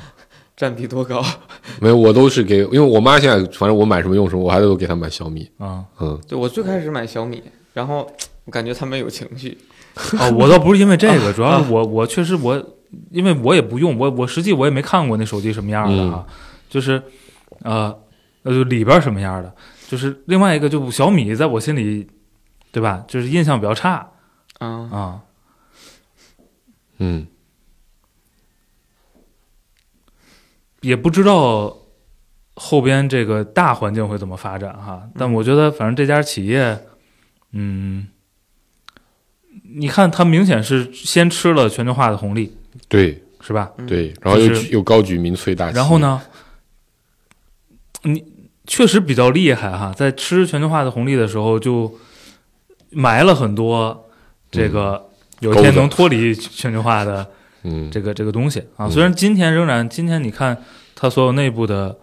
C: 占比多高？
E: 没有，我都是给，因为我妈现在反正我买什么用什么，我还得都给她买小米。
D: 啊！
E: 嗯，
C: 对我最开始买小米，然后我感觉他们有情绪，
D: 哦，我倒不是因为这个，主要是我我确实我，因为我也不用，我我实际我也没看过那手机什么样的啊，就是呃呃就里边什么样的，就是另外一个就小米在我心里，对吧？就是印象比较差
C: 啊、
D: 啊，
E: 嗯，
D: 也不知道后边这个大环境会怎么发展哈、但
E: 嗯
D: 我觉得反正这家企业，嗯。你看，它明显是先吃了全球化的红利，
E: 对
D: 是吧？
C: 嗯
E: 对，然后又
D: 就是
E: 又高举民粹大旗，
D: 然后？呢，你确实比较厉害哈，在吃全球化的红利的时候，就埋了很多这个有一天
E: 嗯钩子
D: 能脱离全球化的
E: 嗯，
D: 这个这个东西啊。
E: 嗯
D: 虽然今天仍然，今天你看他所有内部的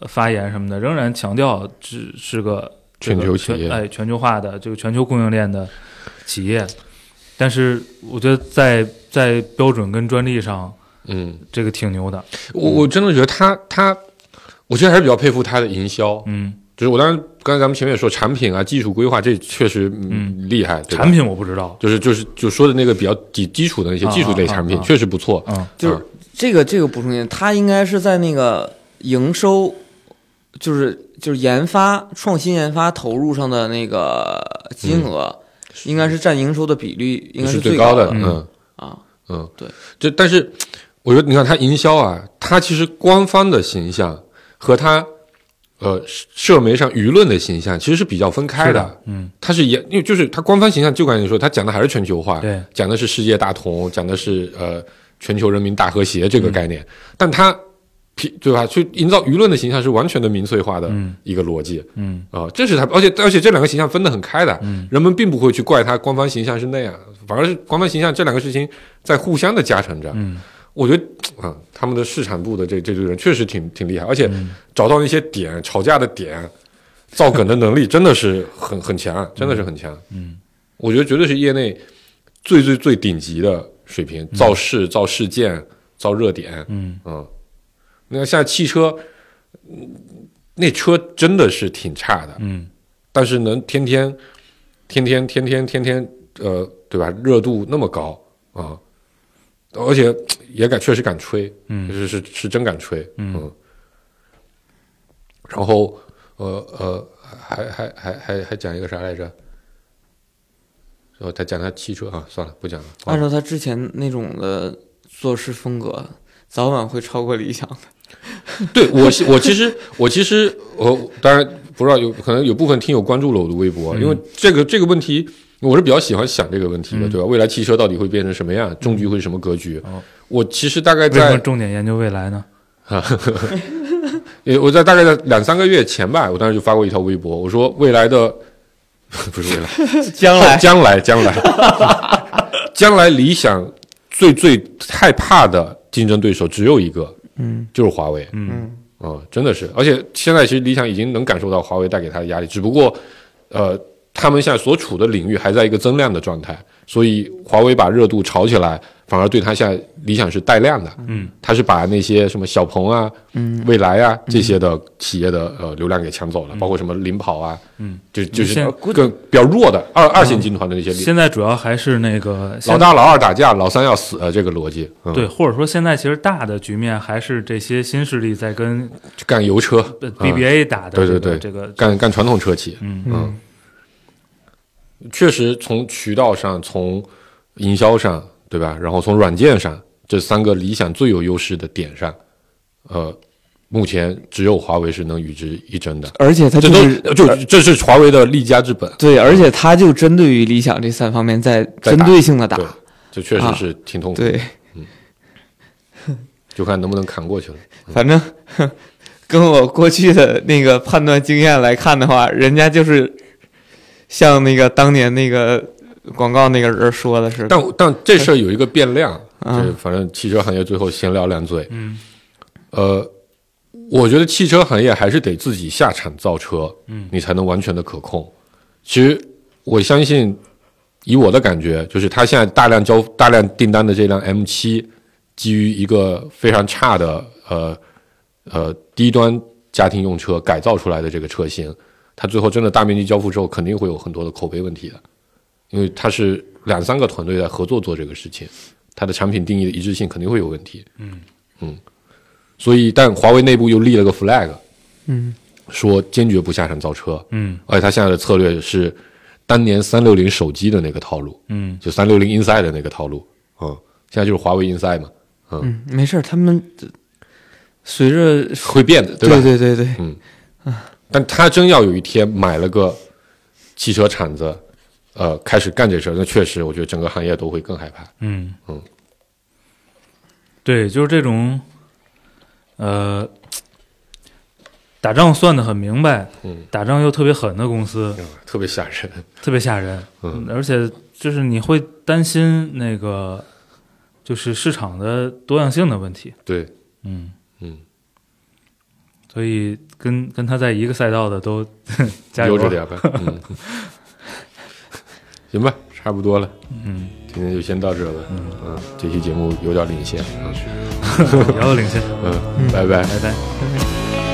D: 呃发言什么的，仍然强调只是个这个
E: 全球企业
D: 哎全球化的这个全球供应链的企业，但是我觉得在在标准跟专利上，
E: 嗯，
D: 这个挺牛的，
E: 我我真的觉得他他，我觉得还是比较佩服他的营销，
D: 嗯，
E: 就是我当然，刚才咱们前面也说产品啊、技术规划，这确实嗯厉害。对吧
D: 产品我不知道，
E: 就是就是就说的那个比较基基础的那些
D: 啊
E: 技术类
D: 啊
E: 产品，
D: 啊
E: 确实不错。
D: 嗯。
C: 就是这个这个补充一点，它应该是在那个营收，就是就是研发创新研发投入上的那个金额，应该是占营收的比率应该
E: 是
C: 最
E: 高
C: 的
E: 的，
D: 嗯
E: 嗯
C: 啊。
E: 嗯，
C: 对。
E: 就但是我觉得，你看它营销啊，它其实官方的形象和它呃社社媒上舆论的形象其实是比较分开
D: 是
E: 的。，
D: 嗯，
E: 它是也因为就是它官方形象，就刚才你说，它讲的还是全球化，
D: 对，
E: 讲的是世界大同，讲的是呃全球人民大和谐这个概念，但它。对吧？去营造舆论的形象是完全的民粹化的
D: 嗯
E: 一个逻辑，
D: 嗯
E: 啊、这是他，而且而且这两个形象分得很开的，
D: 嗯
E: 人们并不会去怪他官方形象是那样，反而是官方形象这两个事情在互相的加成着。
D: 嗯，
E: 我觉得啊、他们的市场部的这这堆人确实挺挺厉害，而且
D: 嗯
E: 找到那些点、吵架的点、造梗的能力真的是很很强，真的是很强。
D: 嗯，
E: 我觉得绝对是业内最最最顶级的水平，造势、造事件、造热点，
D: 嗯，
E: 嗯，那像汽车，嗯那车真的是挺差的，
D: 嗯，
E: 但是能天天、天天、天天、天天，呃，对吧？热度那么高啊、而且也敢确实敢吹，
D: 嗯
E: 是是是真敢吹，
D: 嗯
E: 然后呃呃，还还还还还讲一个啥来着？哦，他讲他汽车啊，算了，不讲了。
D: 哦
C: 按照他之前那种的做事风格，早晚会超过理想的。
E: 对我其，我 其实我其实我当然不知道有可能有部分听友关注了我的微
D: 嗯
E: 博，因为这个这个问题我是比较喜欢想这个问题的，对吧？未来汽车到底会变成什么样？中局会是什么格局？
D: 嗯哦
E: 我其实大概
D: 为什么
E: 在
D: 重点研究未来呢？
E: 呃也我在大概在两三个月前吧，我当时就发过一条微博，我说未来的 不是未来，
C: 将来
E: 将来，将来，将来，理想最最害怕的竞争对手只有一个，
C: 嗯
E: 就是华为。
D: 嗯
C: 嗯
E: 啊、真的是，而且现在其实理想已经能感受到华为带给他的压力，只不过，呃，他们现在所处的领域还在一个增量的状态，所以华为把热度炒起来，反而对他现在理想是带量的，
D: 嗯，
E: 他是把那些什么小鹏啊、
C: 嗯
E: 蔚来啊这些的企业的呃流量给抢走了，包括什么领跑啊，
D: 嗯，
E: 就就是
D: 现
E: 更比较弱的二二线集团的那些领、
D: 嗯现在主要还是那个
E: 老
D: 现
E: 大老二打架，老三要死，呃这个逻辑，嗯、
D: 对，，或者说现在其实大的局面还是这些新势力在跟
E: 干油车
D: 呃
E: 嗯
D: BBA 打的、
E: 对
D: 这
E: 对
D: 个
E: 对
D: 这个
E: 干干传统车企，
D: 嗯
C: 嗯
E: 确实从渠道上、从营销上，对吧？然后从软件上，这三个理想最有优势的点上，呃，目前只有华为是能与之一争的。
C: 而且它
E: 这
C: 就
E: 都
C: 是
E: 就这是华为的立家之本，
C: 对，而且它就针对于理想这三方面在
E: 在
C: 针
E: 打
C: 对性的打
E: 对，这确实是挺痛苦，
C: 啊对，
E: 就看能不能扛过去了。
C: 反正 哼跟我过去的那个判断经验来看的话，人家就是像那个当年那个广告那个人说的是，
E: 但但这事儿有一个变量，
C: 嗯
E: 这反正汽车行业最后闲聊两嘴，
D: 嗯
E: 呃，我觉得汽车行业还是得自己下产造车，
D: 嗯
E: 你才能完全的可控。其实我相信，以我的感觉，就是它现在大量交大量订单的这辆 M 七，基于一个非常差的呃呃低端家庭用车改造出来的这个车型，它最后真的大面积交付之后，肯定会有很多的口碑问题的，因为它是两三个团队在合作做这个事情，它的产品定义的一致性肯定会有问题。
D: 嗯
E: 嗯，所以但华为内部又立了个 flag，
C: 嗯
E: 说坚决不下产造车，
D: 嗯
E: 而且它现在的策略是当年三六零手机的那个套路，
D: 嗯
E: 就三六零 Inside 的那个套路，嗯，现在就是华为 Inside 嘛，
C: 嗯，没事儿，他们呃随着
E: 会变的，吧？
C: 对对对对，
E: 但他真要有一天买了个汽车铲子，呃，开始干这事儿，那确实，我觉得整个行业都会更害怕。
D: 嗯
E: 嗯，
D: 对，就是这种，呃，打仗算得很明白，
E: 嗯
D: 打仗又特别狠的公司，
E: 特别吓人，
D: 特别吓人，
E: 嗯
D: 而且就是你会担心那个，就是市场的多样性的问题，
E: 对，
D: 嗯，
E: 嗯，
D: 所以跟跟他在一个赛道的都 加油
E: 悠着，点吧，嗯，行吧，差不多了，
D: 嗯，
E: 今天就先到这吧，嗯，这期节目有点领先，嗯
D: 遥遥领先，
E: 嗯，拜拜。
D: 拜拜。
E: 嗯。